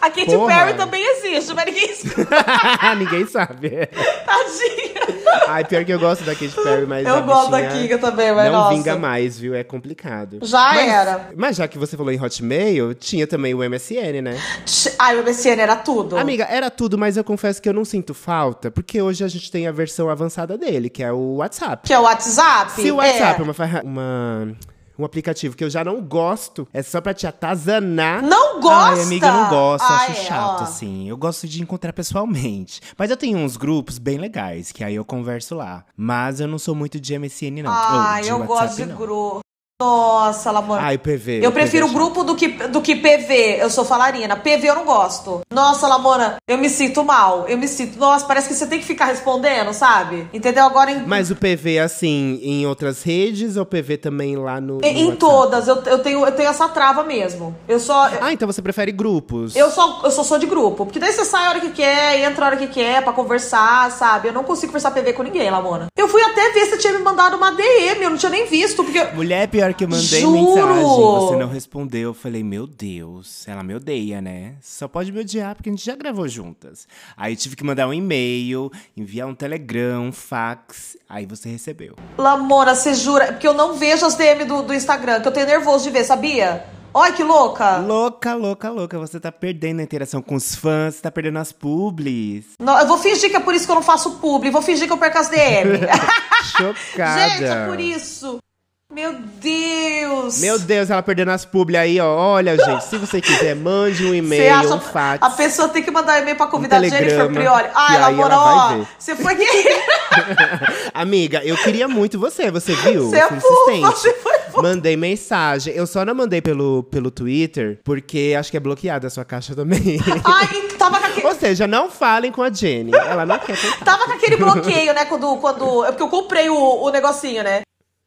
S2: A Katy
S1: Porra.
S2: Perry também existe, mas ninguém escuta.
S1: ninguém sabe.
S2: Tadinha.
S1: Ai, pior que eu gosto da Katy Perry, mas a
S2: Eu gosto da
S1: bichinha
S2: Kinga também, É, mas
S1: não
S2: nossa.
S1: vinga mais, viu? É complicado.
S2: Já
S1: Mas-
S2: era.
S1: Mas já que você falou em Hotmail, tinha também o MSN, né?
S2: Tch, Ai, o MSN era tudo.
S1: Amiga, era tudo, mas eu confesso que eu não sinto falta, porque hoje a gente tem a versão avançada dele, que é o WhatsApp.
S2: Que é o WhatsApp?
S1: Se o WhatsApp é,
S2: É.
S1: uma, ferra- uma- um aplicativo que eu já não gosto, é só pra te atazanar.
S2: Não gosta!
S3: Ai, amiga, eu não gosto,
S2: Ah,
S3: acho
S2: é,
S3: chato,
S2: ó.
S3: assim. Eu gosto de encontrar pessoalmente. Mas eu tenho uns grupos bem legais, que aí eu converso lá. Mas eu não sou muito de MSN, não.
S2: Ai,
S3: Ou de
S2: eu
S3: WhatsApp,
S2: gosto de
S3: não.
S2: grupo. Nossa, Lamor.
S1: Ai, PV.
S2: eu prefiro
S1: o
S2: grupo do que, do que PV. Eu sou falarina. PV eu não gosto. Nossa, Lamona, eu me sinto mal. Eu me sinto. Nossa, parece que você tem que ficar respondendo, sabe? Entendeu? Agora em.
S1: Mas o PV, assim, em outras redes ou PV também lá no. no
S2: Em, em
S1: WhatsApp?
S2: todas, eu, eu, tenho, eu tenho essa trava mesmo. Eu só.
S1: Ah, então você prefere grupos?
S2: Eu só, eu só sou de grupo. Porque daí você sai a hora que quer, entra a hora que quer pra conversar, sabe? Eu não consigo conversar PV com ninguém, Lamona. Eu fui até ver se tinha me mandado uma DM, eu não tinha nem visto, porque.
S3: Mulher, é pior que eu mandei
S2: Juro!
S3: mensagem, você não respondeu. Eu falei, meu Deus, ela me odeia, né? Só pode me odiar, porque a gente já gravou juntas. Aí tive que mandar um e-mail, enviar um telegram, um fax. Aí você recebeu.
S2: Lamona, você jura? Porque eu não vejo as DM do, do Instagram, que eu tenho nervoso de ver, sabia? Olha que louca!
S3: Louca, louca, louca. Você tá perdendo a interação com os fãs, você tá perdendo as publis.
S2: Não, eu vou fingir que é por isso que eu não faço publi, vou fingir que eu perco as DM.
S1: Chocada.
S2: Gente, é por isso. Meu Deus!
S1: Meu Deus, ela perdendo as publi aí, ó. Olha, gente, se você quiser, mande um
S2: Você
S1: e-mail, um fax. Um
S2: A pessoa tem que mandar e-mail pra convidar Jennifer
S1: telegrama,
S2: Priori.
S1: e
S2: Ai,
S1: aí
S2: Lamona,
S1: ela vai
S2: ó,
S1: ver.
S2: você foi guerreira.
S1: Amiga, eu queria muito você, você viu?
S2: Você é
S1: Eu fui insistente.
S2: fofa, você foi fofa.
S1: Mandei mensagem. Eu só não mandei pelo, pelo Twitter, porque acho que é bloqueada a sua caixa também.
S2: Ai, tava com aquele.
S1: Ou seja, não falem com a Jenny. Ela não quer contar.
S2: Tava com aquele bloqueio, né? Quando. quando é porque eu comprei o, o negocinho, né?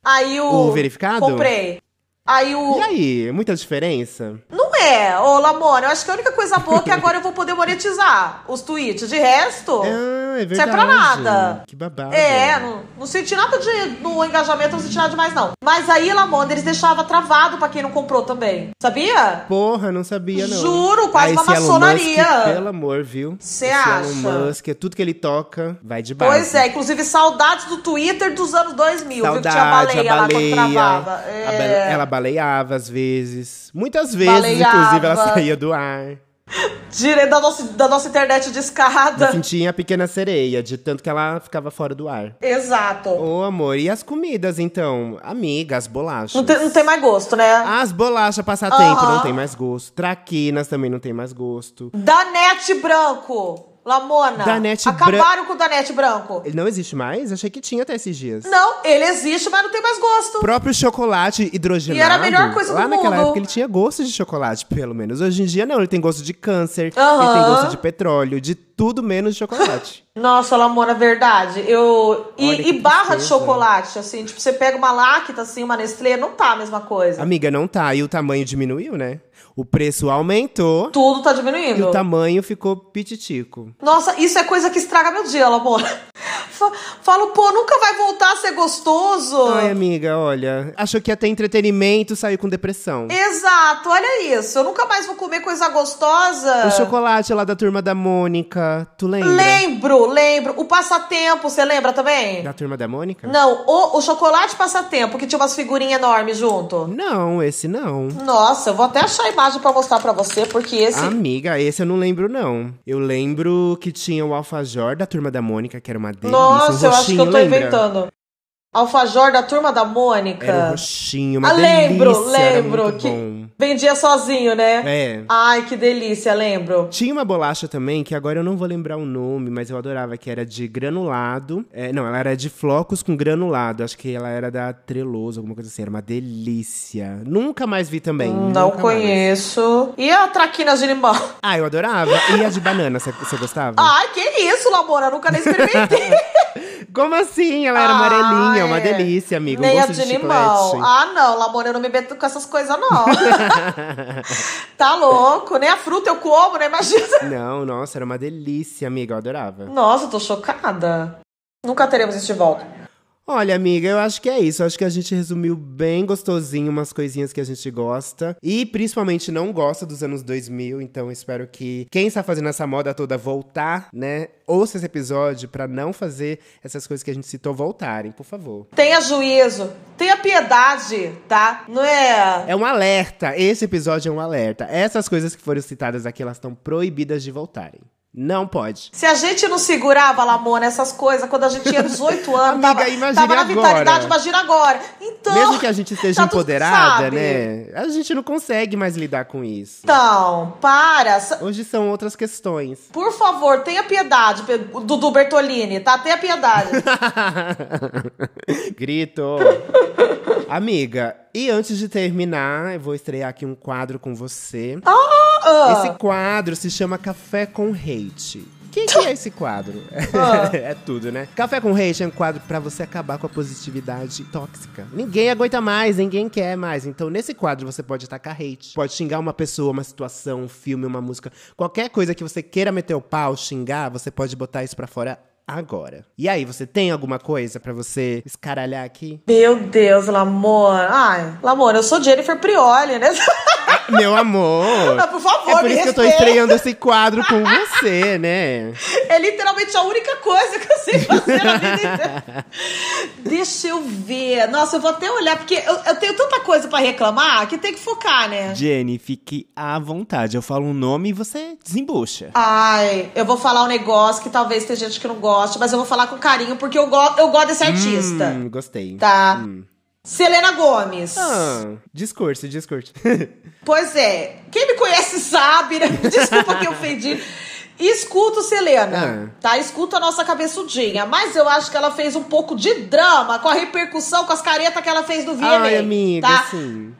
S2: Aí o.
S1: O verificado?
S2: Comprei. Aí o.
S1: E aí, muita diferença?
S2: Não é, ô Lamona, eu acho que a única coisa boa é que agora eu vou poder monetizar os tweets. De resto.
S1: Ah, é verdade.
S2: Serve pra nada.
S1: Que babado.
S2: É, não, não senti nada de. No engajamento, não senti nada demais, não. Mas aí, Lamona, eles deixavam travado pra quem não comprou também. Sabia?
S1: Porra, não sabia, não.
S2: Juro, quase
S1: Ah,
S2: uma
S1: esse Elon
S2: maçonaria.
S1: Musk, Pelo amor, viu?
S2: Cê
S1: Esse
S2: acha?
S1: Elon Musk, é tudo que ele toca, vai de base.
S2: Pois é, inclusive saudades do Twitter dos anos 2000, viu? Que tinha a
S1: Saudade,
S2: baleia,
S1: a
S2: lá quando
S1: baleia.
S2: travava.
S1: a
S2: É.
S1: bale- Ela baleava às vezes. Muitas vezes,
S2: Baleava.
S1: inclusive, ela saía do ar.
S2: Direito da nossa, da nossa internet de escada.
S1: Eu sentia a pequena sereia, de tanto que ela ficava fora do ar.
S2: Exato.
S1: Ô, amor, e as comidas, então? Amiga, as bolachas.
S2: Não tem, não tem mais gosto, né?
S1: As bolachas passatempo
S2: Aham.
S1: não tem mais gosto. Traquinas também não tem mais gosto.
S2: Danete Branco. Lamona.
S1: Danete
S2: Acabaram com o Danete Branco.
S1: Ele não existe mais? Achei que tinha até esses dias.
S2: Não, ele existe, mas não tem mais gosto.
S1: próprio chocolate hidrogenado.
S2: E era a melhor coisa
S1: Lá
S2: do
S1: naquela
S2: mundo.
S1: época ele tinha gosto de chocolate, pelo menos. Hoje em dia não, ele tem gosto de câncer,
S2: Aham.
S1: ele tem gosto de petróleo, de tudo menos de chocolate.
S2: Nossa, Lamona, verdade. Eu.
S1: Olha que
S2: E, e barra de
S1: tristeza.
S2: chocolate, assim, tipo, você pega uma lacta, assim, uma Nestlé, não tá a mesma coisa.
S1: Amiga, não tá. E o tamanho diminuiu, né? O preço aumentou
S2: Tudo tá
S1: e
S2: diminuindo.
S1: o tamanho ficou pititico.
S2: Nossa, isso é coisa que estraga meu dia, Lamona. Fa- Falo, pô, nunca vai voltar a ser gostoso.
S1: Ai, amiga, olha. Achou que ia ter entretenimento, saiu com depressão.
S2: Exato, olha isso. Eu nunca mais vou comer coisa gostosa.
S1: O chocolate é lá da turma da Mônica, tu lembra?
S2: Lembro, lembro. O passatempo, você lembra também?
S1: Da turma da Mônica?
S2: Não, o, o chocolate passatempo, que tinha umas figurinhas enormes junto.
S1: Não, esse não.
S2: Nossa, eu vou até achar a imagem pra mostrar pra você, porque esse.
S1: Ah, Amiga, esse eu não lembro, não. Eu lembro que tinha o alfajor da Turma da Mônica, que era uma delícia. um
S2: Nossa, eu acho que eu
S1: roxinho,
S2: tô
S1: lembra?
S2: inventando. Alfajor da turma da Mônica.
S1: Era um roxinho, uma
S2: ah, lembro,
S1: delícia, era
S2: lembro.
S1: muito
S2: que
S1: bom.
S2: vendia sozinho, né?
S1: É.
S2: Ai, que delícia, lembro.
S1: Tinha uma bolacha também, que agora eu não vou lembrar o nome, mas eu adorava, que era de granulado. É, não, ela era de flocos com granulado. Acho que ela era da Treloso, alguma coisa assim. Era uma delícia. Nunca mais vi também.
S2: Hum,
S1: nunca
S2: Não
S1: mais.
S2: conheço. E a traquinas de limão?
S1: Ah, eu adorava. E a de banana, você- você gostava?
S2: Ai, que isso, Lamora, nunca nem experimentei.
S1: Como assim? Ela era amarelinha,
S2: Ah,
S1: uma
S2: é.
S1: delícia, amigo.
S2: Nem
S1: um
S2: a
S1: gosto
S2: de,
S1: de, chiclete.
S2: limão. Ah, não, Lamora, eu não me meto com essas coisas, não. tá louco, nem a fruta eu como, né? Imagina.
S1: Não, nossa, era uma delícia, amiga, eu adorava.
S2: Nossa, eu tô chocada. Nunca teremos isso de volta.
S1: Olha, amiga, eu acho que é isso. Eu acho que a gente resumiu bem gostosinho umas coisinhas que a gente gosta e principalmente não gosta dos anos 2000, então espero que quem está fazendo essa moda toda voltar, né? Ouça esse episódio pra não fazer essas coisas que a gente citou voltarem, por favor.
S2: Tenha juízo, tenha piedade, tá? Não é?
S1: É um alerta, esse episódio é um alerta. Essas coisas que foram citadas aqui, elas estão proibidas de voltarem. Não pode.
S2: Se a gente não segurava, Lamona, essas coisas, quando a gente tinha 18 anos,
S1: Amiga,
S2: tava,
S1: imagine
S2: tava na
S1: agora.
S2: vitalidade, imagina agora. Então,
S1: Mesmo que a gente esteja
S2: tá tudo-
S1: empoderada,
S2: sabe?
S1: né? A gente não consegue mais lidar com isso.
S2: então, para. sa-
S1: Hoje são outras questões.
S2: Por favor, tenha piedade, Pe- Dudu Bertolini, tá? Tenha piedade.
S1: Grito. Amiga, e antes de terminar, eu vou estrear aqui um quadro com você.
S2: Ah.
S1: Esse quadro se chama Café com Hate. O que, que é esse quadro?
S2: Ah.
S1: é tudo, né? Café com Hate é um quadro pra você acabar com a positividade tóxica. Ninguém aguenta mais, ninguém quer mais. Então, nesse quadro, você pode atacar hate. Pode xingar uma pessoa, uma situação, um filme, uma música. Qualquer coisa que você queira meter o pau, xingar, você pode botar isso pra fora agora. E aí, você tem alguma coisa pra você escaralhar aqui?
S2: Meu Deus, Lamor. Ai, Lamor, eu sou Jennifer Prioli, né?
S1: Meu amor!
S2: Por favor,
S1: É por
S2: me
S1: isso que eu tô
S2: respeita.
S1: estreando esse quadro com você, né?
S2: É literalmente a única coisa que eu sei fazer na vida inteira. Deixa eu ver. Nossa, eu vou até olhar, porque eu, eu tenho tanta coisa pra reclamar que tem que focar, né?
S3: Jenny, fique à vontade. Eu falo um nome e você desembucha.
S2: Ai, eu vou falar um negócio que talvez tenha gente que não goste, mas eu vou falar com carinho, porque eu, go eu gosto desse artista.
S1: Hum, gostei. Hum.
S2: Tá? Selena Gomes.
S1: Ah, discurso, discurso.
S2: Pois é. Quem me conhece sabe, né? Desculpa que eu ofendi. Escuto
S1: Ah.
S2: Selena, tá? Escuta a nossa cabeçudinha. Mas eu acho que ela fez um pouco de drama com a repercussão, com as caretas que ela fez do VMA,
S1: Ai, amiga,
S2: tá?
S1: sim.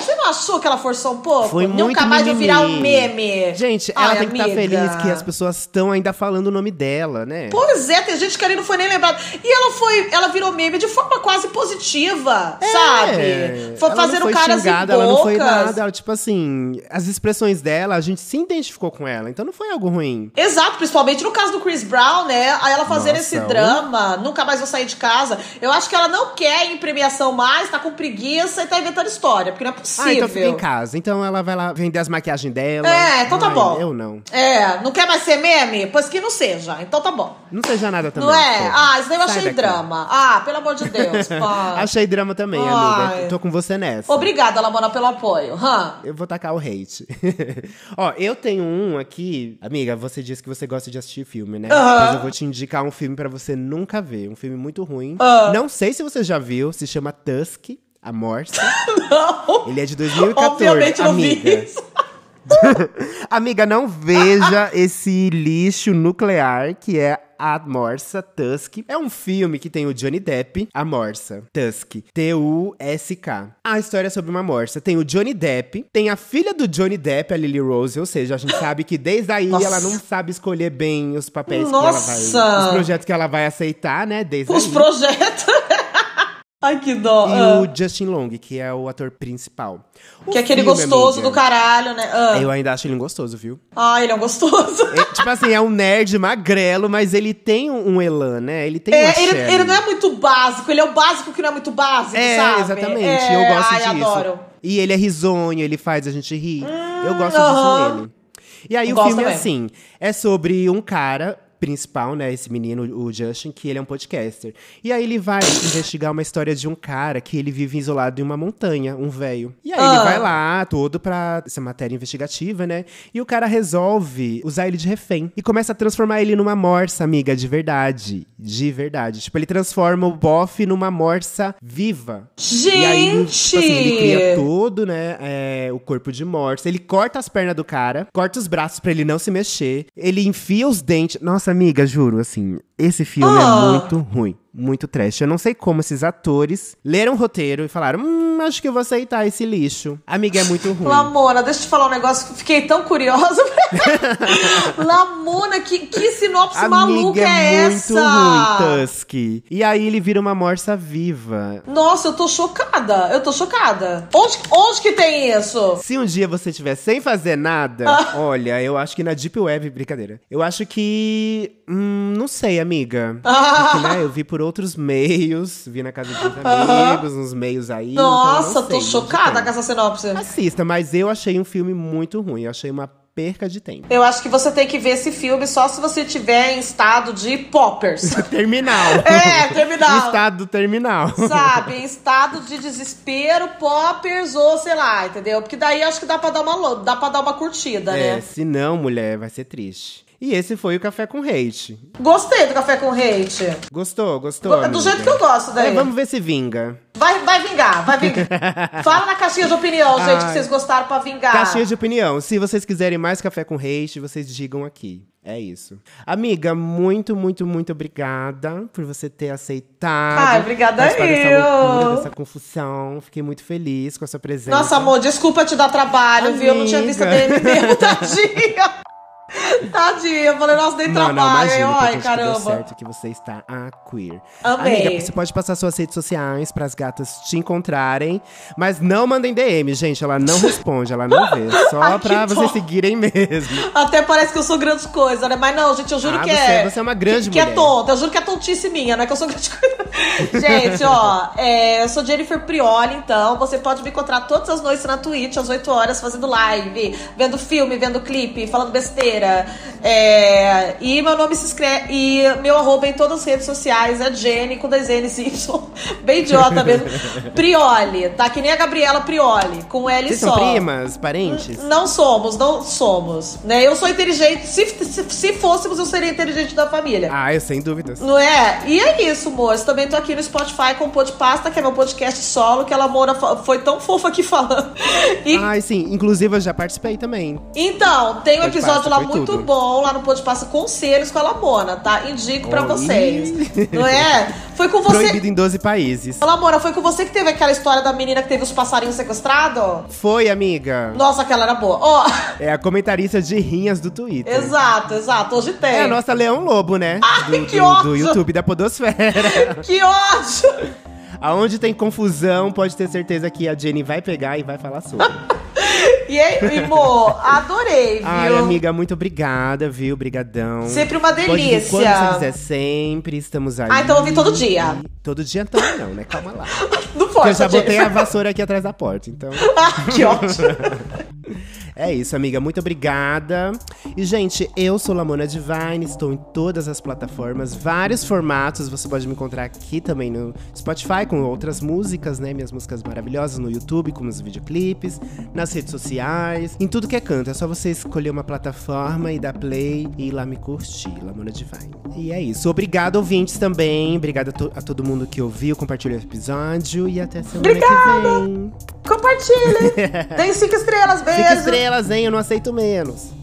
S2: Você não achou que ela forçou um pouco?
S1: Foi
S2: Nunca
S1: muito
S2: mais
S1: mimimi.
S2: virar um meme.
S1: Gente, ela
S2: Ai,
S1: tem que estar
S2: amiga.
S1: feliz que as pessoas estão ainda falando o nome dela, né?
S2: Pois é, tem gente que ali não foi nem lembrada. E ela foi, ela virou meme de forma quase positiva, sabe? Foi
S1: É. ela não
S2: fazendo
S1: foi
S2: caras e
S1: xingada,
S2: bocas.
S1: Ela não foi nada. Ela, tipo assim, as expressões dela, a gente se identificou com ela. Então não foi algo ruim.
S2: Exato, principalmente no caso do Chris Brown, né? Aí ela fazendo
S1: Nossa,
S2: esse
S1: o-
S2: drama, nunca mais vou sair de casa. Eu acho que ela não quer ir em premiação mais, tá com preguiça e tá inventando história, porque não é possível.
S1: Ah, então fica em casa. Então ela vai lá vender as maquiagens dela.
S2: É, então tá
S1: Ai,
S2: bom.
S1: Eu não.
S2: É, não quer mais ser meme? Pois que não seja, então tá bom.
S1: Não seja nada também.
S2: não é?
S1: pô.
S2: Ah, isso daí eu
S1: Sai
S2: achei
S1: daqui.
S2: drama. Ah, pelo amor de Deus, pá.
S1: Achei drama também,
S2: Ai.
S1: amiga. Tô com você nessa.
S2: Obrigada, Lamona, pelo apoio. hã?
S1: Eu vou tacar o hate. Ó, eu tenho um aqui. Amiga, você disse que você gosta de assistir filme, né?
S2: Aham.
S1: Mas eu vou te indicar um filme pra você nunca ver. Um filme muito ruim.
S2: Ah.
S1: Não sei se você já viu, se chama Tusk, a Morte.
S2: Não.
S1: Ele é de 2014.
S2: Obviamente eu não
S1: amiga.
S2: vi isso.
S1: Amiga, não veja esse lixo nuclear que é a Morsa Tusk. É um filme que tem o Johnny Depp, a Morsa Tusk, T-U-S-K. A história é sobre uma morsa. Tem o Johnny Depp, tem a filha do Johnny Depp, a Lily Rose, ou seja, a gente sabe que desde aí
S2: Nossa.
S1: ela não sabe escolher bem os papéis que ela vai,
S2: Nossa.
S1: os projetos que ela vai aceitar, né? Desde
S2: Os
S1: aí.
S2: projetos. Ai, que dó. hã?
S1: E o Justin Long, que é o ator principal. O
S2: Que é aquele
S1: filme,
S2: gostoso
S1: amiga,
S2: do caralho, né? Ah.
S1: Eu ainda acho ele um gostoso, viu?
S2: Ai, ele é um gostoso.
S1: É, tipo assim, é um nerd magrelo, mas ele tem um, um elan, né? Ele tem um
S2: É, ele,
S1: axé.
S2: ele não é muito básico, ele é o básico que não é muito básico,
S1: É,
S2: sabe?
S1: exatamente.
S2: É,
S1: eu gosto
S2: ai,
S1: disso.
S2: adoro. Ah,
S1: E ele é risonho, ele faz a gente rir. eu gosto
S2: aham.
S1: disso nele. E aí
S2: Eu
S1: o
S2: gosto
S1: filme é
S2: também.
S1: assim, é sobre um cara principal, né, esse menino, o Justin, que ele é um podcaster. E aí ele vai investigar uma história de um cara que ele vive isolado em uma montanha, um velho. E aí ele
S2: Ah.
S1: vai lá, todo pra essa matéria investigativa, né? E o cara resolve usar ele de refém. E começa a transformar ele numa morsa, amiga, de verdade. De verdade. Tipo, ele transforma o bofe numa morsa viva.
S2: Gente!
S1: E aí, tipo assim, ele cria todo, né? é, o corpo de morte. Ele corta as pernas do cara, corta os braços pra ele não se mexer. Ele enfia os dentes. Nossa, amiga, juro, assim, esse filme
S2: Ah.
S1: é muito ruim. Muito trash. Eu não sei como esses atores leram o roteiro e falaram: Hum, acho que eu vou aceitar esse lixo. Amiga, é muito ruim.
S2: Lamona, deixa eu te falar um negócio que eu fiquei tão curiosa. Lamona, que, que sinopse maluca
S1: Amiga,
S2: é,
S1: é muito
S2: essa?
S1: ruim, Tusk. E aí ele vira uma morsa viva.
S2: Nossa, eu tô chocada. Eu tô chocada. Onde, onde que tem isso?
S1: Se um dia você estiver sem fazer nada, olha, eu acho que na Deep Web, brincadeira. Eu acho que. Hum, não sei, amiga. Porque, né, eu vi por outros meios, vi na casa de uns amigos, uns meios aí. então eu não
S2: Nossa,
S1: sei
S2: tô
S1: onde
S2: chocada
S1: tem.
S2: com essa sinopse.
S1: Assista, mas eu achei um filme muito ruim. Eu achei uma perca de tempo.
S2: Eu acho que você tem que ver esse filme só se você tiver em estado de poppers.
S1: Terminal.
S2: É, terminal.
S1: Estado terminal.
S2: sabe, em estado de desespero, poppers ou sei lá, entendeu? Porque daí acho que dá pra dar uma, lo- dá pra dar uma curtida,
S1: É,
S2: né?
S1: se não, mulher, vai ser triste. E esse foi o Café com Hate.
S2: Gostei do café com hate.
S1: Gostou, gostou?
S2: Go- do
S1: amiga?
S2: jeito que eu gosto né? daí.
S1: É, vamos ver se vinga.
S2: Vai, vai vingar, vai vingar. Fala na caixinha de opinião, gente, que
S1: Ai.
S2: vocês gostaram pra vingar.
S1: Caixinha de opinião. Se vocês quiserem mais café com haste, vocês digam aqui. É isso. Amiga, muito, muito, muito obrigada por você ter aceitado.
S2: Ai, obrigada
S1: participar
S2: eu.
S1: Dessa loucura, dessa confusão. Fiquei muito feliz com a sua presença.
S2: Nossa, amor, desculpa te dar trabalho, viu? Eu não tinha visto a DM
S1: Amiga.
S2: mesmo, tadinha. Tadinha, eu falei, nossa, dei
S1: Não,
S2: trabalho.
S1: não, imagina, porque acho
S2: Ai,
S1: que
S2: caramba.
S1: deu certo que você está a queer.
S2: Amei.
S1: Amiga, você pode passar suas redes sociais para as gatas te encontrarem, mas não mandem DM, gente, ela não responde, ela não vê,
S2: Ai,
S1: só
S2: que
S1: para
S2: dó.
S1: vocês seguirem mesmo.
S2: Até parece que eu sou grande coisa, né? Mas não, gente, eu juro
S1: Ah,
S2: que
S1: você-
S2: é.
S1: você é uma grande
S2: que, que é
S1: mulher.
S2: tonta, eu juro que é tontice minha, não é que eu sou grande coisa. gente, ó, é, eu sou Jennifer Prioli, então você pode me encontrar todas as noites na Twitch, às 8 horas, fazendo live, vendo filme, vendo clipe, falando besteira. É, e meu nome se escreve. E meu arroba em todas as redes sociais é Jenny com dois N's e Y. Bem idiota mesmo. Prioli, tá? Que nem a Gabriela Prioli, com L
S1: Vocês
S2: só.
S1: são primas, parentes?
S2: Não somos, não somos. Né? Eu sou inteligente. Se, se, se fôssemos, eu seria inteligente da família.
S1: Ah, eu sem dúvidas.
S2: Não é? E é isso, moço. Também tô aqui no Spotify com o Podpasta, que é meu podcast solo, que ela mora foi tão fofa aqui falando. E,
S1: Ai, sim, inclusive eu já participei também.
S2: então, tem um
S1: Podpasta
S2: episódio lá
S1: foi
S2: muito
S1: tudo.
S2: bom, lá no Podpasta Conselhos com a Lamona, tá? Indico pra
S1: Oi.
S2: vocês. Não é? Foi com você.
S1: Proibido em 12 países.
S2: Lamona, foi com você que teve aquela história da menina que teve os passarinhos sequestrados?
S1: Foi, amiga.
S2: Nossa, aquela era boa. Ó,
S1: É a comentarista de rinhas do Twitter.
S2: exato, exato. Hoje tem.
S1: É a nossa Leão Lobo, né?
S2: Ai,
S1: do,
S2: que
S1: do-
S2: ódio!
S1: do YouTube da Podosfera.
S2: Que ódio!
S1: Aonde tem confusão, pode ter certeza que a Jenny vai pegar e vai falar sobre.
S2: E aí, Imo, adorei, viu?
S1: Ai, amiga, muito obrigada, viu? Brigadão.
S2: Sempre uma
S1: Pode vir quando
S2: delícia.
S1: você quiser, sempre. Estamos aí.
S2: Ah, então eu vim todo dia.
S1: Todo dia então não, né? Calma lá.
S2: Não
S1: Porque
S2: pode,
S1: eu já
S2: gente.
S1: botei a vassoura aqui atrás da porta, então...
S2: Ah, que ótimo.
S1: É isso, amiga. Muito obrigada. E, gente, eu sou Lamona Divine, estou em todas as plataformas, vários formatos. Você pode me encontrar aqui também no Spotify com outras músicas, né? Minhas músicas maravilhosas, no YouTube, com meus videoclipes, nas redes sociais, em tudo que é canto. É só você escolher uma plataforma e dar play e ir lá me curtir, Lamona Divine. E é isso. Obrigado, ouvintes, também. Obrigada a, to- a todo mundo que ouviu, compartilhou o episódio e até semana que vem.
S2: Compartilhe. Tem cinco estrelas,
S1: Cinco
S2: beijo.
S1: estrelas, hein? Eu não aceito menos.